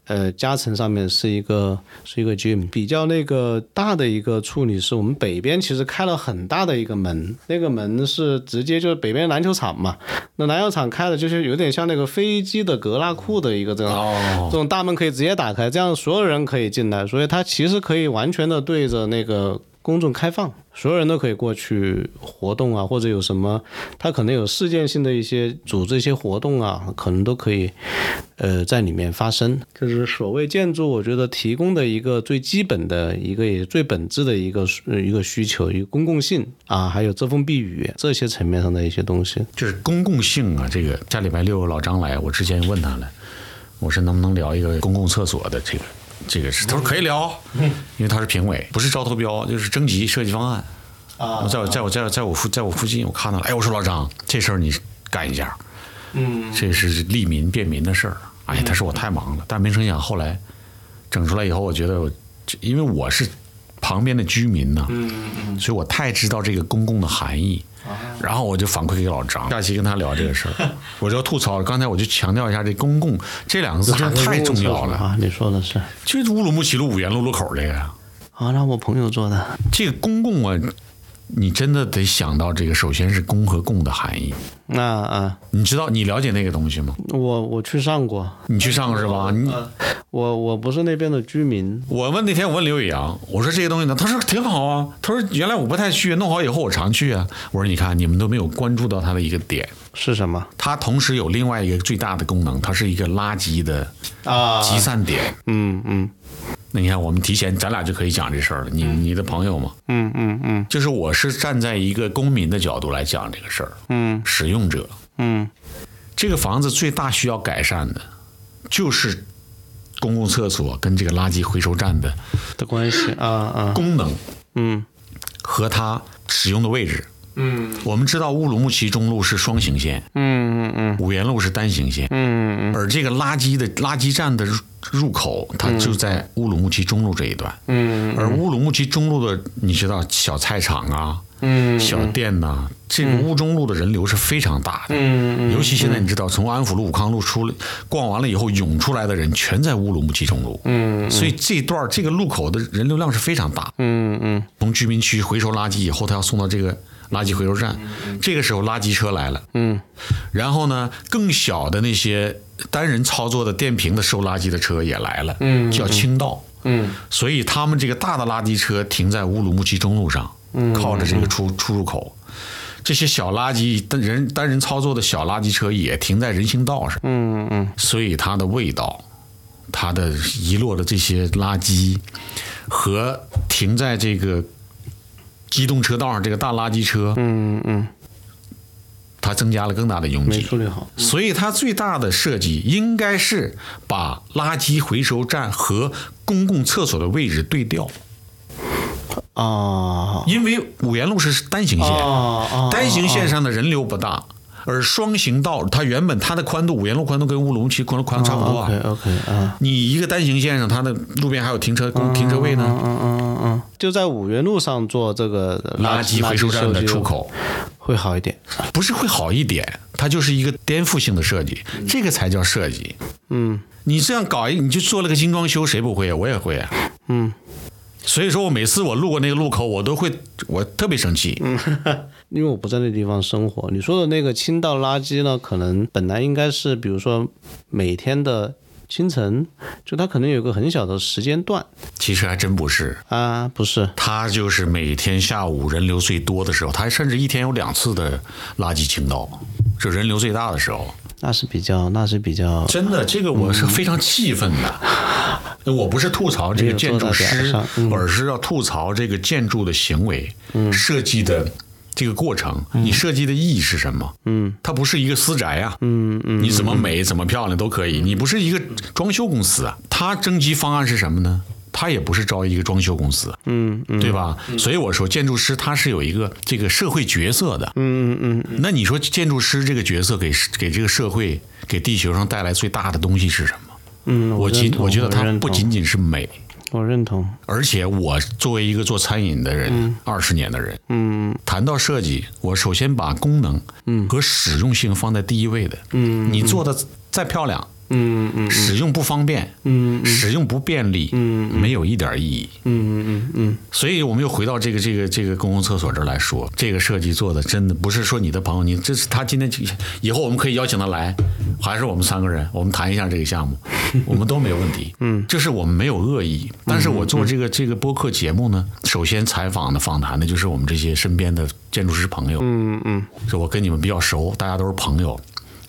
[SPEAKER 2] 呃，夹层上面是一个是一个 gym，比较那个大的一个处理是我们北边其实开了很大的一个门，那个门是直接就是北边篮球场嘛，那篮球场开的就是有点像那个飞机的格拉库的一个这样、
[SPEAKER 1] 哦，
[SPEAKER 2] 这种大门可以直接打开，这样所有人可以进来，所以它其实可以完全的对着那个公众开放，所有人都可以过去活动啊，或者有什么，它可能有事件性的一些组织一些活动啊，可能都可以，呃，在里面发生。就是所谓建筑，我觉得提供的一个最基本的一个也最本质的一个呃一个需求，一个公共性啊，还有遮风避雨这些层面上的一些东西。
[SPEAKER 1] 就是公共性啊。这个下礼拜六老张来，我之前问他了，我说能不能聊一个公共厕所的这个这个事？他说可以聊，因为他是评委，不是招投标，就是征集设计方案。
[SPEAKER 2] 啊
[SPEAKER 1] 我在我在我在我在我附在我附近，我看到了，哎，我说老张，这事儿你干一下，嗯，这是利民便民的事儿。哎，他说我太忙了，但没成想后来整出来以后，我觉得我，因为我是旁边的居民呢，
[SPEAKER 2] 嗯
[SPEAKER 1] 所以我太知道这个公共的含义。然后我就反馈给老张，下期跟他聊这个事儿，我就吐槽。刚才我就强调一下，这“公共”这两个字真的太重要了，
[SPEAKER 2] 啊！你说的是
[SPEAKER 1] 就是乌鲁木齐路五元路路口这个呀。
[SPEAKER 2] 啊，那我朋友做的。
[SPEAKER 1] 这个公共啊，你真的得想到这个，首先是公和共的含义。
[SPEAKER 2] 那啊，
[SPEAKER 1] 你知道你了解那个东西吗？
[SPEAKER 2] 我我去上过，
[SPEAKER 1] 你去上过是 吧？啊你
[SPEAKER 2] 我我不是那边的居民，
[SPEAKER 1] 我问那天我问刘宇阳，我说这些东西呢，他说挺好啊，他说原来我不太去，弄好以后我常去啊。我说你看你们都没有关注到它的一个点，
[SPEAKER 2] 是什么
[SPEAKER 1] 它同时有另外一个最大的功能，它是一个垃圾的
[SPEAKER 2] 啊？
[SPEAKER 1] 集散点。
[SPEAKER 2] 嗯嗯
[SPEAKER 1] 那你看我们提前咱俩就可以讲这事儿了，你你的朋友嘛，
[SPEAKER 2] 嗯嗯嗯
[SPEAKER 1] 就是我是站在一个公民的角度来讲这个事儿，
[SPEAKER 2] 嗯
[SPEAKER 1] 使用者，
[SPEAKER 2] 嗯
[SPEAKER 1] 这个房子最大需要改善的，就是公共厕所跟这个垃圾回收站的
[SPEAKER 2] 的关系啊啊，
[SPEAKER 1] 功能
[SPEAKER 2] 嗯
[SPEAKER 1] 和它使用的位置。
[SPEAKER 2] 嗯
[SPEAKER 1] 我们知道乌鲁木齐中路是双行线，
[SPEAKER 2] 嗯嗯嗯
[SPEAKER 1] 五原路是单行线，
[SPEAKER 2] 嗯
[SPEAKER 1] 而这个垃圾的垃圾站的入入口，它就在乌鲁木齐中路这一段。
[SPEAKER 2] 嗯
[SPEAKER 1] 而乌鲁木齐中路的，你知道小菜场啊、
[SPEAKER 2] 嗯
[SPEAKER 1] 小店呐、这个乌中路的人流是非常大的。
[SPEAKER 2] 嗯
[SPEAKER 1] 尤其现在你知道，从安福路、武康路出来逛完了以后，涌出来的人全在乌鲁木齐中路，
[SPEAKER 2] 嗯
[SPEAKER 1] 所以这段这个路口的人流量是非常大。
[SPEAKER 2] 嗯嗯
[SPEAKER 1] 从居民区回收垃圾以后，他要送到这个垃圾回收站，这个时候垃圾车来了，
[SPEAKER 2] 嗯
[SPEAKER 1] 然后呢，更小的那些单人操作的电瓶的收垃圾的车也来了，
[SPEAKER 2] 嗯
[SPEAKER 1] 叫清道，
[SPEAKER 2] 嗯
[SPEAKER 1] 所以他们这个大的垃圾车停在乌鲁木齐中路上，
[SPEAKER 2] 嗯
[SPEAKER 1] 靠着这个出出入口。这些小垃圾单人单人操作的小垃圾车也停在人行道上，
[SPEAKER 2] 嗯嗯
[SPEAKER 1] 所以它的味道，它的遗落的这些垃圾和停在这个机动车道上这个大垃圾车，
[SPEAKER 2] 嗯嗯，
[SPEAKER 1] 它增加了更大的拥
[SPEAKER 2] 没
[SPEAKER 1] 挤。
[SPEAKER 2] 处理好。
[SPEAKER 1] 所以它最大的设计应该是把垃圾回收站和公共厕所的位置对调，
[SPEAKER 2] 啊
[SPEAKER 1] 因为五原路是单行
[SPEAKER 2] 啊
[SPEAKER 1] 线，
[SPEAKER 2] 啊！
[SPEAKER 1] 单行线上的人流不大，而双行道它原本它的宽度，五原路宽度跟乌鲁木齐宽度宽度差不多啊
[SPEAKER 2] OK。OK 啊。
[SPEAKER 1] 你一个单行线上，它的路边还有停车公停车位呢，
[SPEAKER 2] 嗯嗯嗯，就在五原路上做这个
[SPEAKER 1] 垃圾
[SPEAKER 2] 圾
[SPEAKER 1] 回收站的出口
[SPEAKER 2] 会好一点。
[SPEAKER 1] 不是会好一点，它就是一个颠覆性的设计，这个才叫设计。
[SPEAKER 2] 嗯
[SPEAKER 1] 你这样搞一，你就做了个精装修，谁不会啊？我也会啊。
[SPEAKER 2] 嗯，
[SPEAKER 1] 所以说我每次我路过那个路口，我都会，我特别生气。
[SPEAKER 2] 因为我不在那地方生活，你说的那个倾倒垃圾呢，可能本来应该是，比如说每天的清晨，就它可能有个很小的时间段
[SPEAKER 1] 其实还真不是，
[SPEAKER 2] 啊，不是
[SPEAKER 1] 它就是每天下午人流最多的时候，它甚至一天有两次的垃圾倾倒，就人流最大的时候。
[SPEAKER 2] 那是比较，那是比较
[SPEAKER 1] 真的，这个我是非常气愤的。我不是吐槽这个建筑
[SPEAKER 2] 没有
[SPEAKER 1] 师
[SPEAKER 2] 做到点上，
[SPEAKER 1] 而是要吐槽这个建筑的行为、设计的这个过程。你设计的意义是什么？嗯，它不是一个私宅啊。嗯嗯，你怎么美怎么漂亮都可以，你不是一个装修公司啊。它征集方案是什么呢？它也不是招一个装修公司，嗯，对吧？所以我说，建筑师他是有一个这个社会角色的，那你说建筑师这个角色给给这个社会、给地球上带来最大的东西是什么？
[SPEAKER 2] 嗯，
[SPEAKER 1] 我
[SPEAKER 2] 认
[SPEAKER 1] 觉
[SPEAKER 2] 同
[SPEAKER 1] 我觉得它
[SPEAKER 2] 认
[SPEAKER 1] 不
[SPEAKER 2] 同
[SPEAKER 1] 仅仅是美，
[SPEAKER 2] 我认同，
[SPEAKER 1] 而且我作为一个做餐饮的人，二十、年的人，
[SPEAKER 2] 嗯
[SPEAKER 1] 谈到设计，我首先把功能和使用性放在第一位的。嗯，你做的再漂亮，
[SPEAKER 2] 嗯嗯
[SPEAKER 1] 使用不方便，
[SPEAKER 2] 嗯
[SPEAKER 1] 使用不便利，嗯，没有一点意义。
[SPEAKER 2] 嗯嗯嗯
[SPEAKER 1] 所以我们又回到这个这个这个公共厕所这儿来说，这个设计做的真的不是说你的朋友，你这是他今天以后我们可以邀请他来，还是我们三个人，我们谈一下这个项目，我们都没有问题。嗯，就是我们没有恶意，但是我做这个这个播客节目呢，首先采访的访谈的就是我们这些身边的建筑师朋友，
[SPEAKER 2] 嗯嗯
[SPEAKER 1] 就我跟你们比较熟，大家都是朋友。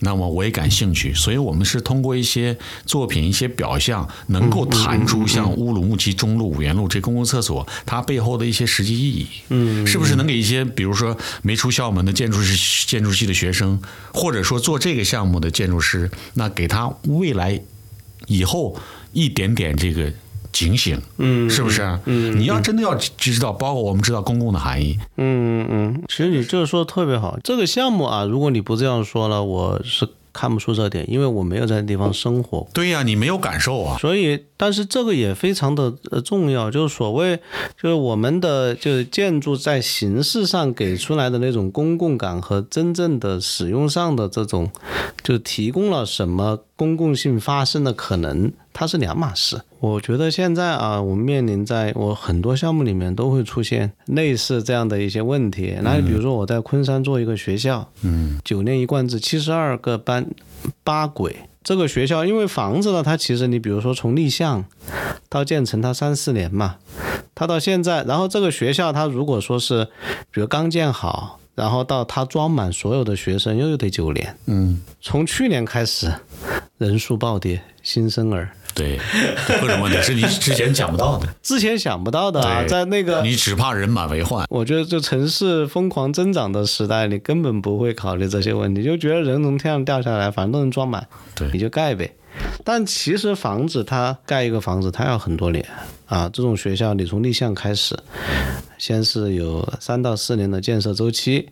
[SPEAKER 1] 那么我也感兴趣，所以我们是通过一些作品、一些表象，能够谈出像乌鲁木齐中路、五原路这公共厕所它背后的一些实际意义。嗯，是不是能给一些，比如说没出校门的建筑师、建筑系的学生，或者说做这个项目的建筑师，那给他未来以后一点点这个警醒，嗯，是不是？嗯，你要真的要知道，包括我们知道公共的含义，
[SPEAKER 2] 嗯嗯嗯，其实你这个说的特别好，这个项目啊，如果你不这样说了，我是。看不出这点，因为我没有在那地方生活过。
[SPEAKER 1] 对呀、你没有感受啊。
[SPEAKER 2] 所以，但是这个也非常的呃重要，就是所谓就是我们的就是建筑在形式上给出来的那种公共感和真正的使用上的这种，就提供了什么公共性发生的可能，它是两码事。我觉得现在啊，我们面临在我很多项目里面都会出现类似这样的一些问题。那比如说我在昆山做一个学校，嗯，九年一贯制，七十二个班，八轨。这个学校因为房子呢，它其实你比如说从立项到建成，它三四年嘛，它到现在，然后这个学校它如果说是比如刚建好，然后到它装满所有的学生又得九年，
[SPEAKER 1] 嗯，
[SPEAKER 2] 从去年开始人数暴跌，新生儿。
[SPEAKER 1] 对， 各种问题是你之前想不到的。
[SPEAKER 2] 之前想不到的啊，
[SPEAKER 1] 对
[SPEAKER 2] 在那个
[SPEAKER 1] 你只怕人满为患。
[SPEAKER 2] 我觉得，就城市疯狂增长的时代，你根本不会考虑这些问题，就觉得人从天上掉下来，反正都能装满，
[SPEAKER 1] 对
[SPEAKER 2] 你就盖呗。但其实房子它盖一个房子，它要很多年啊。这种学校，你从立项开始，先是有三到四年的建设周期，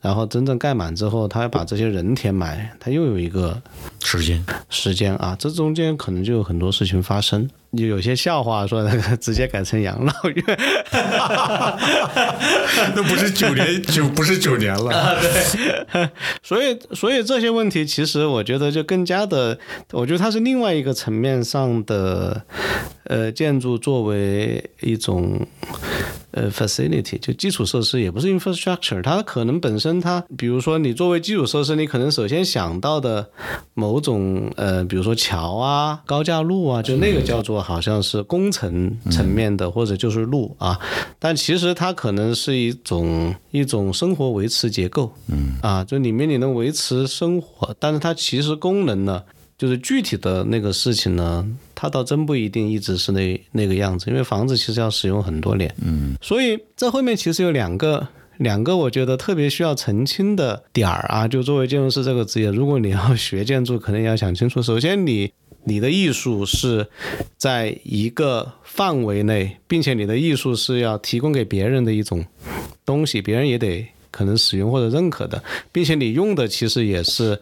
[SPEAKER 2] 然后真正盖满之后，它要把这些人填满，它又有一个
[SPEAKER 1] 时间，
[SPEAKER 2] 时间啊，这中间可能就有很多事情发生。有有些笑话说那个直接改成养老院，
[SPEAKER 1] 那不是九年九，不是九年了。
[SPEAKER 2] 所以，所以这些问题，其实我觉得就更加的，我觉得它是另外一个层面上的，呃，建筑作为一种。呃，facility 就基础设施，也不是 infrastructure，它可能本身它，比如说你作为基础设施，你可能首先想到的某种呃，比如说桥啊、高架路啊，就那个叫做好像是工程层面的，或者就是路啊，但其实它可能是一种一种生活维持结构，嗯啊，就里面你能维持生活，但是它其实功能呢，就是具体的那个事情呢，它倒真不一定一直是那那个样子，因为房子其实要使用很多年，嗯，所以这后面其实有两个。两个我觉得特别需要澄清的点儿啊，就作为建筑师这个职业，如果你要学建筑，可能也要想清楚。首先你你的艺术是在一个范围内，并且你的艺术是要提供给别人的一种东西，别人也得可能使用或者认可的，并且你用的其实也是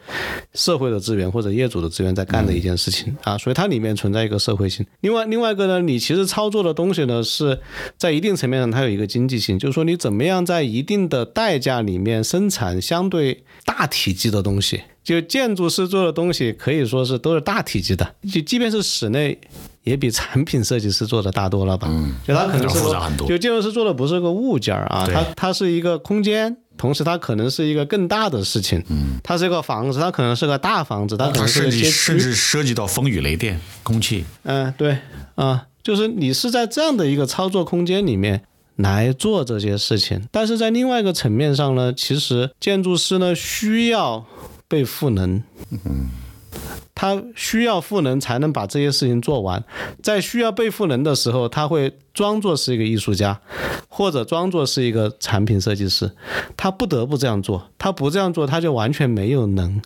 [SPEAKER 2] 社会的资源或者业主的资源在干的一件事
[SPEAKER 1] 嗯
[SPEAKER 2] 情、啊，所以它里面存在一个社会性。另外，另外一个呢，你其实操作的东西呢是在一定层面上它有一个经济性，就是说你怎么样在一定的代价里面生产相对大体积的东西。就建筑师做的东西可以说是都是大体积的，就即便是室内，也比产品设计师做的大多了吧？嗯，就它可能是
[SPEAKER 1] 要复
[SPEAKER 2] 个
[SPEAKER 1] 杂很多
[SPEAKER 2] 就建筑师做的不是个物件儿啊，
[SPEAKER 1] 对
[SPEAKER 2] 它它是一个空间。同时，它可能是一个更大的事情，嗯，它是一个房子，它可能是个大房子，它 可
[SPEAKER 1] 哦它
[SPEAKER 2] 能是
[SPEAKER 1] 甚
[SPEAKER 2] 个街
[SPEAKER 1] 至甚
[SPEAKER 2] 区，
[SPEAKER 1] 至涉及到风雨雷电、空气。
[SPEAKER 2] 嗯，对，啊，就是你是在这样的一个操作空间里面来做这些事情，但是在另外一个层面上呢，其实建筑师呢需要被赋能，
[SPEAKER 1] 嗯
[SPEAKER 2] 他需要赋能才能把这些事情做完，在需要被赋能的时候，他会装作是一个艺术家，或者装作是一个产品设计师，他不得不这样做，他不这样做他就完全没有能。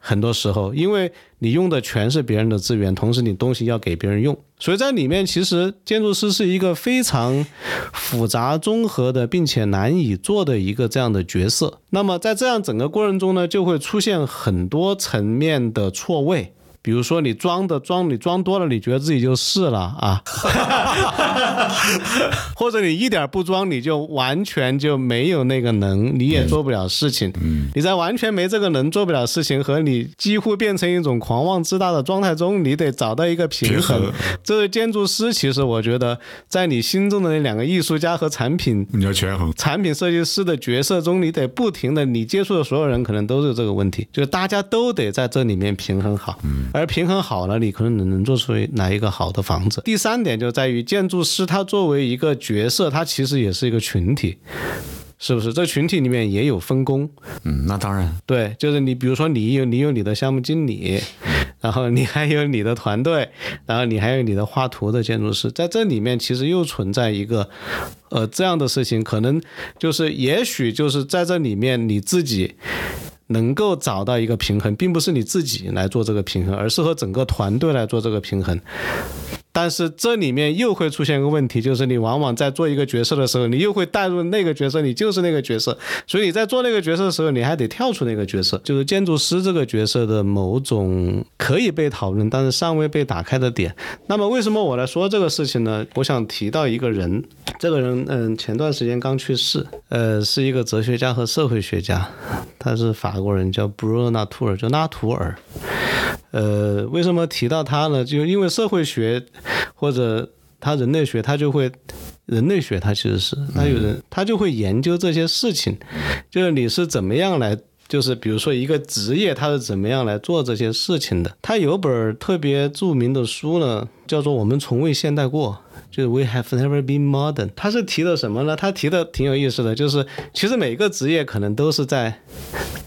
[SPEAKER 2] 很多时候，因为你用的全是别人的资源，同时你东西要给别人用，所以在里面其实建筑师是一个非常复杂综合的，并且难以做的一个这样的角色。那么在这样整个过程中呢，就会出现很多层面的错位。比如说你装的装，你装多了，你觉得自己就是了啊， 或者你一点不装，你就完全就没有那个能，你也做不了事情。嗯，你在完全没这个能做不了事情和你几乎变成一种狂妄自大的状态中，你得找到一个平衡。
[SPEAKER 1] 平衡
[SPEAKER 2] 这位建筑师，其实我觉得在你心中的那两个艺术家和产品
[SPEAKER 1] 你要权衡。
[SPEAKER 2] 产品设计师的角色中，你得不停的，你接触的所有人可能都是这个问题，就是大家都得在这里面平衡好，而平衡好了，你可能能能做出来一个好的房子。第三点就在于建筑师他作为一个角色，他其实也是一个群体。是不是这群体里面也有分工？
[SPEAKER 1] 嗯，那当然。
[SPEAKER 2] 对，就是你，比如说你有你有你的项目经理，然后你还有你的团队，然后你还有你的画图的建筑师，在这里面其实又存在一个，呃，这样的事情，可能就是也许就是在这里面你自己。能够找到一个平衡，并不是你自己来做这个平衡，而是和整个团队来做这个平衡。但是这里面又会出现一个问题，就是你往往在做一个角色的时候，你又会带入那个角色，你就是那个角色，所以你在做那个角色的时候，你还得跳出那个角色，就是建筑师这个角色的某种可以被讨论，但是尚未被打开的点。那么为什么我来说这个事情呢？我想提到一个人，这个人嗯，前段时间刚去世，呃，是一个哲学家和社会学家，他是法国人，叫布鲁纳图尔，叫拉图尔。呃，为什么提到他呢？就因为社会学或者他人类学，他就会人类学，他其实是他有人，他就会研究这些事情，就是你是怎么样来。就是比如说一个职业，他是怎么样来做这些事情的？他有本特别著名的书呢，叫做《我们从未现代过》，就是 We have never been modern。他是提的什么呢？他提的挺有意思的，就是其实每个职业可能都是在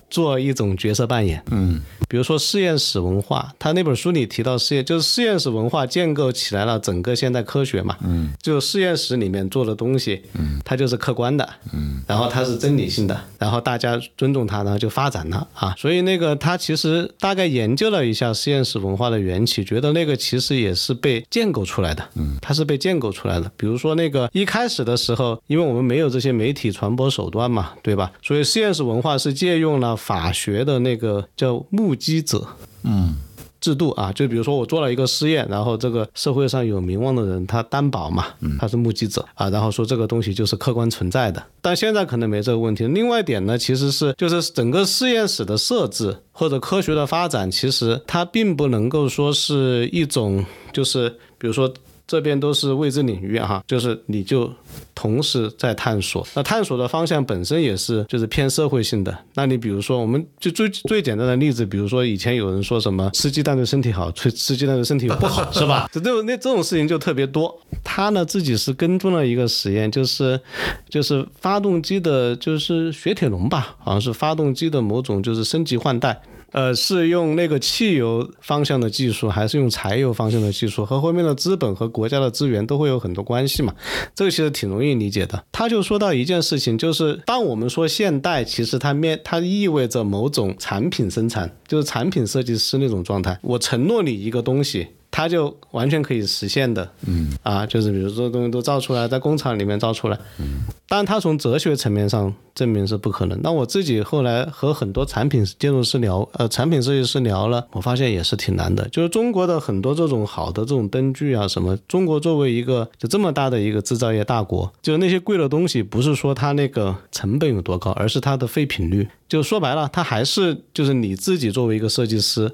[SPEAKER 2] 做一种角色扮演。
[SPEAKER 1] 嗯，
[SPEAKER 2] 比如说实验室文化，他那本书里提到实验，就是实验室文化建构起来了整个现代科学嘛。嗯，就实验室里面做的东西，嗯，它就是客观的，嗯，然后它是真理性的，然后大家尊重它，然后就发展它啊。所以那个他其实大概研究了一下实验室文化的缘起，觉得那个其实也是被建构出来的，嗯，它是被建构出来的。比如说那个一开始的时候，因为我们没有这些媒体传播手段嘛，对吧？所以实验室文化是借用了法学的那个叫目击者，
[SPEAKER 1] 嗯
[SPEAKER 2] 制度啊，就比如说我做了一个试验，然后这个社会上有名望的人他担保嘛，他是目击者啊，然后说这个东西就是客观存在的。但现在可能没这个问题。另外一点呢，其实是就是整个实验室的设置或者科学的发展，其实它并不能够说是一种就是比如说。这边都是未知领域哈、就是你就同时在探索。那探索的方向本身也是就是偏社会性的。那你比如说，我们就最最简单的例子，比如说以前有人说什么吃鸡蛋对身体好， 吃吃鸡蛋对身体不好，是 吧？这种那这种事情就特别多。他呢自己是跟踪了一个实验，就是就是发动机的，就是雪铁龙吧，好像是发动机的某种就是升级换代。呃，是用那个汽油方向的技术，还是用柴油方向的技术，和后面的资本和国家的资源都会有很多关系嘛。这个其实挺容易理解的。他就说到一件事情，就是当我们说现代，其实它面它意味着某种产品生产，就是产品设计师那种状态。我承诺你一个东西。它就完全可以实现的，嗯啊，就是比如说东西都造出来，在工厂里面造出来，当然，它从哲学层面上证明是不可能。那我自己后来和很多产品建筑师聊，呃，产品设计师聊了，我发现也是挺难的。就是中国的很多这种好的这种灯具啊什么，中国作为一个就这么大的一个制造业大国，就是那些贵的东西，不是说它那个成本有多高，而是它的废品率。就说白了，它还是就是你自己作为一个设计师，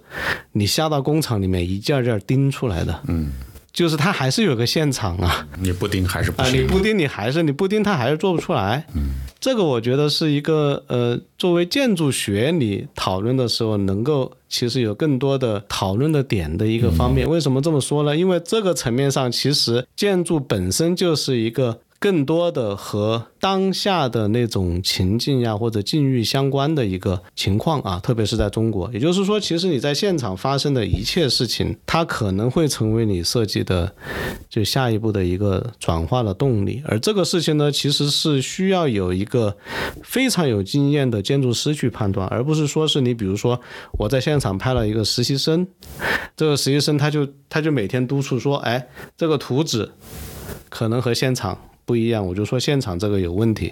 [SPEAKER 2] 你下到工厂里面一件儿件儿钉出来的，嗯，就是它还是有个现场啊。
[SPEAKER 1] 你不盯还是不
[SPEAKER 2] 啊，你
[SPEAKER 1] 行？
[SPEAKER 2] 不盯你还是你不盯它还是做不出来。嗯，这个我觉得是一个呃，作为建筑学你讨论的时候能够。其实有更多的讨论的点的一个方面，
[SPEAKER 1] 嗯
[SPEAKER 2] 为什么这么说呢？因为这个层面上，其实建筑本身就是一个更多的和当下的那种情境呀或者境遇相关的一个情况啊，特别是在中国。也就是说，其实你在现场发生的一切事情，它可能会成为你设计的就下一步的一个转化的动力。而这个事情呢，其实是需要有一个非常有经验的建筑师去判断，而不是说是你比如说我在现场派了一个实习生，这个实习生他就他就每天督促说，哎，这个图纸可能和现场。不一样，我就说现场这个有问题，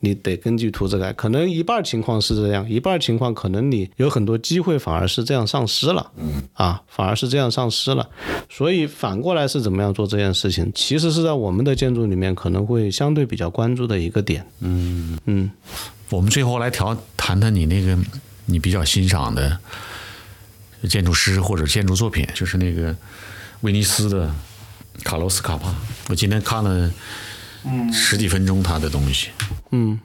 [SPEAKER 2] 你得根据图纸改。可能一半情况是这样，一半情况可能你有很多机会反而是这样丧失了，啊，反而是这样丧失了。所以反过来是怎么样做这件事情，其实是在我们的建筑里面可能会相对比较关注的一个点。
[SPEAKER 1] 我们最后来调谈谈你那个你比较欣赏的建筑师或者建筑作品，就是那个威尼斯的卡洛斯卡帕。我今天看了十几分钟他的东西，
[SPEAKER 2] 嗯，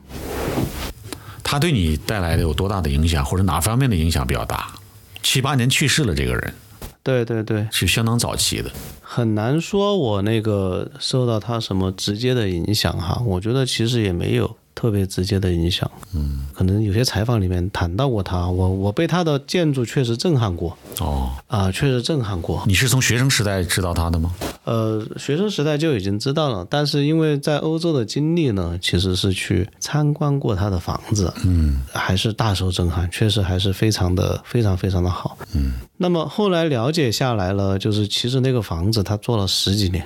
[SPEAKER 1] 他对你带来的有多大的影响，或者哪方面的影响比较大？七八年去世了，这个人
[SPEAKER 2] 对对对，
[SPEAKER 1] 是相当早期的。
[SPEAKER 2] 很难说我那个受到他什么直接的影响哈，我觉得其实也没有。特别直接的影响。嗯，可能有些采访里面谈到过他，我我被他的建筑确实震撼过
[SPEAKER 1] 哦，
[SPEAKER 2] 啊、确实震撼过。
[SPEAKER 1] 你是从学生时代知道他的吗？
[SPEAKER 2] 呃，学生时代就已经知道了，但是因为在欧洲的经历呢，其实是去参观过他的房子，嗯，还是大受震撼，确实还是非常的非常非常的好，嗯。那么后来了解下来了，就是其实那个房子他做了十几年，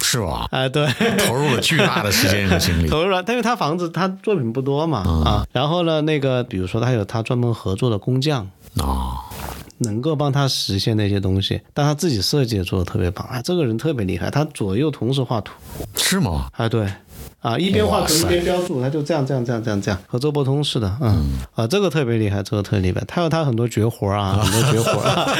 [SPEAKER 1] 是吧？
[SPEAKER 2] 哎、对。
[SPEAKER 1] 投入了巨大的时间和精力。
[SPEAKER 2] 投入了，因为他房子他作品不多嘛、啊，然后呢，那个比如说他有他专门合作的工匠，
[SPEAKER 1] 哦，
[SPEAKER 2] 能够帮他实现那些东西，但他自己设计也做的特别棒啊，这个人特别厉害，他左右同时画图，
[SPEAKER 1] 是吗？
[SPEAKER 2] 啊，对，啊，一边画
[SPEAKER 1] 哇
[SPEAKER 2] 图一
[SPEAKER 1] 塞
[SPEAKER 2] 边标注，他就这样这样这样这样这样，和周伯通似的，嗯，啊，这个特别厉害，这个特别厉害，他有他很多绝活儿啊，很多绝活儿啊，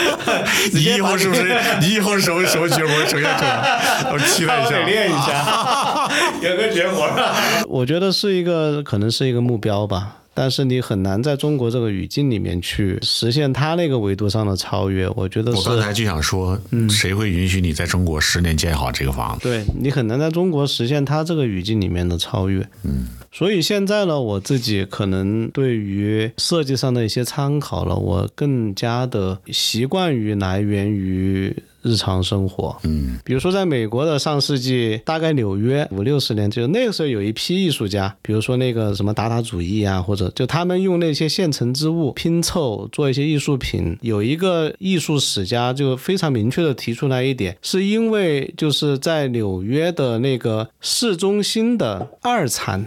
[SPEAKER 1] 你以后是 不是？你以后是什么什么绝活呈现出 来？我期待一下。
[SPEAKER 2] 一 下，有个绝活儿。啊我觉得是一个，可能是一个目标吧。但是你很难在中国这个语境里面去实现他那个维度上的超越，我觉得
[SPEAKER 1] 我刚
[SPEAKER 2] 是
[SPEAKER 1] 才就想说，
[SPEAKER 2] 嗯
[SPEAKER 1] 谁会允许你在中国十年建好这个房 子？
[SPEAKER 2] 对你很难在中国实现它这个语境里面的超越。嗯，所以现在呢，我自己可能对于设计上的一些参考了，我更加的习惯于来源于。日常生活，嗯，比如说在美国的上世纪，大概纽约五六十年，就那个时候有一批艺术家，比如说那个什么达达主义啊，或者就他们用那些现成之物拼凑做一些艺术品。有一个艺术史家就非常明确的提出来一点，是因为就是在纽约的那个市中心的二产。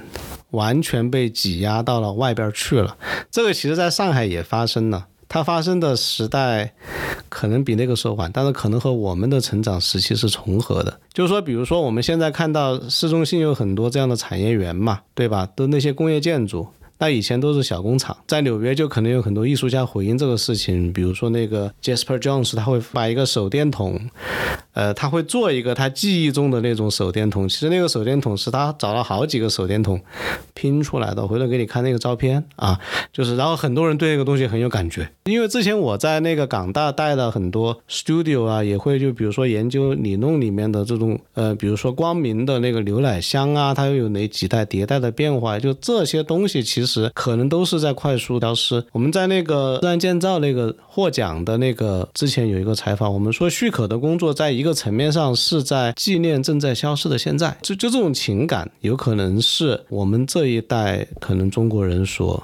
[SPEAKER 2] 完全被挤压到了外边去了，这个其实在上海也发生了。它发生的时代可能比那个时候晚，但是可能和我们的成长时期是重合的。就是说，比如说我们现在看到市中心有很多这样的产业园嘛，对吧？都那些工业建筑。那以前都是小工厂，在纽约就可能有很多艺术家回应这个事情，比如说那个 Jasper Jones，他会把一个手电筒，呃，他会做一个他记忆中的那种手电筒。其实那个手电筒是他找了好几个手电筒拼出来的，我回头给你看那个照片啊。就是，然后很多人对这个东西很有感觉，因为之前我在那个港大带了很多 studio 啊，也会就比如说研究理论里面的这种呃，比如说光明的那个牛奶箱啊，它又有哪几代迭代的变化，就这些东西其实可能都是在快速消失。我们在那个自然建造那个获奖的那个之前有一个采访，我们说许可的工作在一个层面上是在纪念正在消失的现在，就就这种情感有可能是我们这一代可能中国人所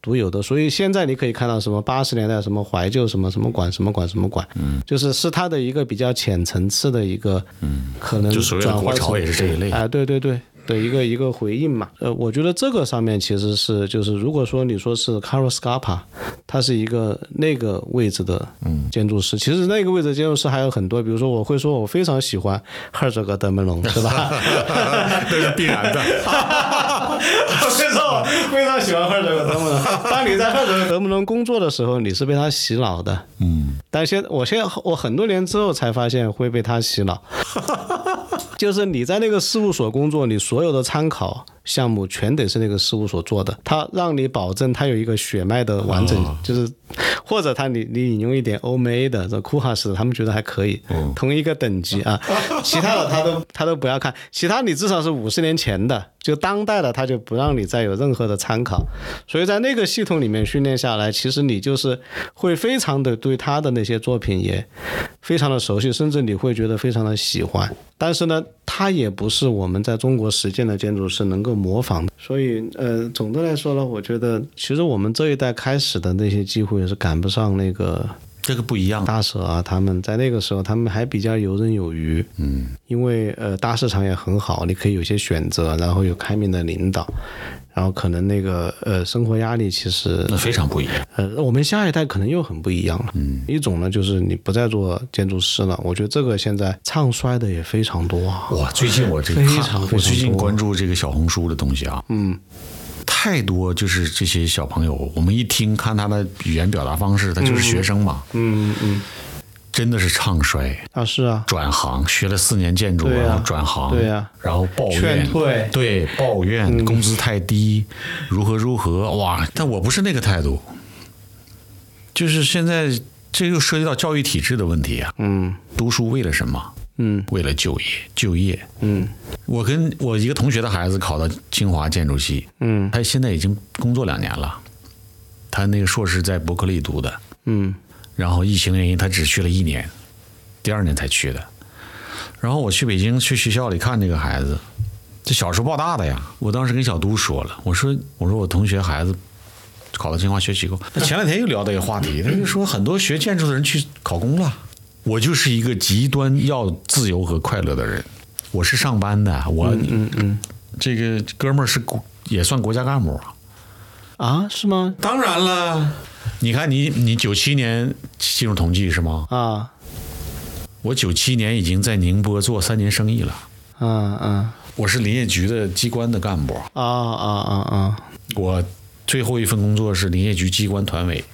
[SPEAKER 2] 独有的，所以现在你可以看到什么八十年代什么怀旧什么什么馆什么馆什么馆，嗯，就是是它的一个比较浅层次的一个，嗯，可能
[SPEAKER 1] 就所谓的
[SPEAKER 2] 转
[SPEAKER 1] 国
[SPEAKER 2] 换
[SPEAKER 1] 潮
[SPEAKER 2] 成
[SPEAKER 1] 也是这一类
[SPEAKER 2] 啊、。对对对的一个一个回应嘛。呃，我觉得这个上面其实是就是，如果说你说是 Caro Scarpa，他是一个那个位置的
[SPEAKER 1] 嗯
[SPEAKER 2] 建筑师，其实那个位置的建筑师还有很多，比如说我会说我非常喜欢赫尔佐格德门龙，是吧？
[SPEAKER 1] 这是必然的。
[SPEAKER 2] 非常非常喜欢赫尔佐格德姆隆。当你在赫尔佐格德姆隆工作的时候，你是被他洗脑的。嗯，但现我现在我很多年之后才发现会被他洗脑，就是你在那个事务所工作，你所有的参考。项目全得是那个事务所做的，他让你保证他有一个血脉的完整，就是或者他你你引用一点欧美的这库哈斯，他们觉得还可以，同一个等级啊，其他的他都他都不要看，其他你至少是五十年前的，就当代的他就不让你再有任何的参考，所以在那个系统里面训练下来，其实你就是会非常的对他的那些作品也非常的熟悉，甚至你会觉得非常的喜欢。但是呢，它也不是我们在中国实践的建筑师能够模仿的。所以，呃，总的来说呢，我觉得其实我们这一代开始的那些机会也是赶不上那个
[SPEAKER 1] 这个不一样，
[SPEAKER 2] 大舍啊，他们在那个时候他们还比较游刃有余，嗯，因为呃大市场也很好，你可以有些选择，然后有开明的领导，然后可能那个呃生活压力其实
[SPEAKER 1] 那非常不一样。
[SPEAKER 2] 呃我们下一代可能又很不一样了，嗯，一种呢就是你不再做建筑师了，我觉得这个现在唱衰的也非常多啊，
[SPEAKER 1] 哇，最近我这
[SPEAKER 2] 非常
[SPEAKER 1] 看，
[SPEAKER 2] 非常
[SPEAKER 1] 我最近
[SPEAKER 2] 多
[SPEAKER 1] 关注这个小红书的东西啊，嗯，太多就是这些小朋友，我们一听看他的语言表达方式，他就是学生嘛，嗯嗯，真的是唱衰，
[SPEAKER 2] 啊是啊，
[SPEAKER 1] 转行学了四年建筑，
[SPEAKER 2] 对啊
[SPEAKER 1] 然后转行，
[SPEAKER 2] 对啊
[SPEAKER 1] 然后抱怨
[SPEAKER 2] 劝，退嗯
[SPEAKER 1] 对，抱怨工资太低，如何如何，哇！但我不是那个态度，就是现在这又涉及到教育体制的问题啊，
[SPEAKER 2] 嗯
[SPEAKER 1] 读书为了什么？嗯，为了就业，就业，嗯，我跟我一个同学的孩子考到清华建筑系，嗯，他现在已经工作两年了，他那个硕士在伯克利读的，
[SPEAKER 2] 嗯，
[SPEAKER 1] 然后疫情原因他只去了一年，第二年才去的，然后我去北京去学校里看这个孩子，这小时候抱大的呀，我当时跟小都说了，我说我说我同学孩子考到清华学机构，那前两天又聊到一个话题，他就说很多学建筑的人去考公了。我就是一个极端要自由和快乐的人，我是上班的，我嗯嗯，这个哥们儿是国也算国家干部啊。
[SPEAKER 2] 啊，是吗？
[SPEAKER 1] 当然了，你看你你九七年进入统计是吗？
[SPEAKER 2] 啊，
[SPEAKER 1] 我九七年已经在宁波做三年生意了，
[SPEAKER 2] 嗯嗯，
[SPEAKER 1] 我是林业局的机关的干部，
[SPEAKER 2] 啊啊啊啊，
[SPEAKER 1] 我最后一份工作是林业局机关团委，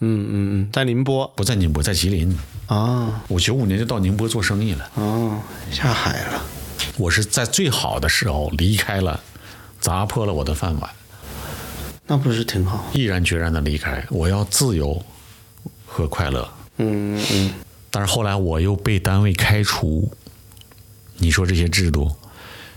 [SPEAKER 2] 嗯嗯嗯，在宁波
[SPEAKER 1] 不在宁波，在吉林。
[SPEAKER 2] 啊，
[SPEAKER 1] 我九五年就到宁波做生意了，
[SPEAKER 2] 哦，下海了，
[SPEAKER 1] 我是在最好的时候离开了，砸破了我的饭碗。
[SPEAKER 2] 那不是挺好？
[SPEAKER 1] 毅然决然的离开，我要自由和快乐。
[SPEAKER 2] 嗯嗯
[SPEAKER 1] 但是后来我又被单位开除，你说这些制度，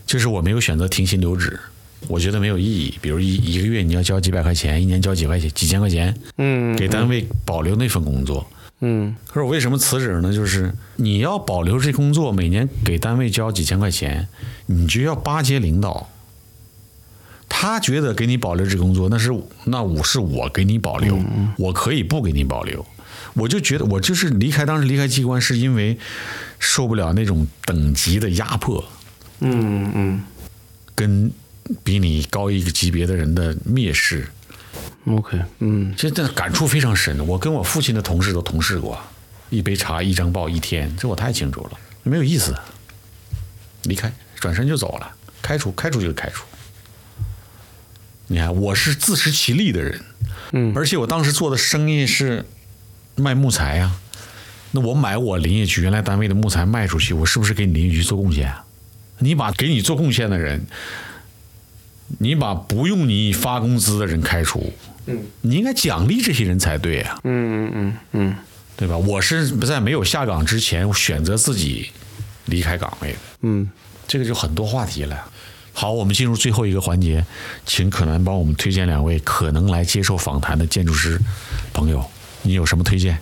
[SPEAKER 1] 就是我没有选择停薪留职，我觉得没有意义。比如一一个月你要交几百块钱，一年交几块钱、几千块钱，
[SPEAKER 2] 嗯
[SPEAKER 1] 给单位保留那份工作。
[SPEAKER 2] 嗯
[SPEAKER 1] 可是我为什么辞职呢？就是你要保留这工作，每年给单位交几千块钱，你就要巴结领导。他觉得给你保留这工作，那是那我是我给你保留，我可以不给你保留。我就觉得我就是离开当时离开机关，是因为受不了那种等级的压迫
[SPEAKER 2] 嗯嗯
[SPEAKER 1] 跟比你高一个级别的人的蔑视。
[SPEAKER 2] 嗯，OK，嗯
[SPEAKER 1] 这这感触非常深。我跟我父亲的同事都同事过，一杯茶一张报一天，这我太清楚了，没有意思。离开，转身就走了，开除，开除就是开除。你看，我是自食其力的人，
[SPEAKER 2] 嗯，
[SPEAKER 1] 而且我当时做的生意是卖木材啊，那我买我林业局原来单位的木材卖出去，我是不是给你林业局做贡献啊？你把给你做贡献的人，你把不用你发工资的人开除，你应该奖励这些人才对啊，
[SPEAKER 2] 嗯嗯嗯
[SPEAKER 1] 对吧？我是在没有下岗之前我选择自己离开岗位的，
[SPEAKER 2] 嗯
[SPEAKER 1] 这个就很多话题了。好，我们进入最后一个环节，请可南帮我们推荐两位可能来接受访谈的建筑师朋友，你有什么推荐？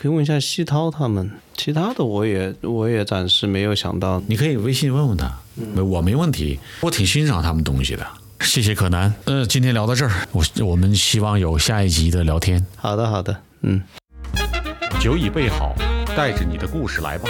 [SPEAKER 2] 可以问一下西涛他们，其他的我也我也暂时没有想到。
[SPEAKER 1] 你可以微信问问他，我没问题，我挺欣赏他们东西的。谢谢可南，呃，今天聊到这儿，我我们希望有下一集的聊天。
[SPEAKER 2] 好的好的，嗯。
[SPEAKER 1] 酒已备好，带着你的故事来吧。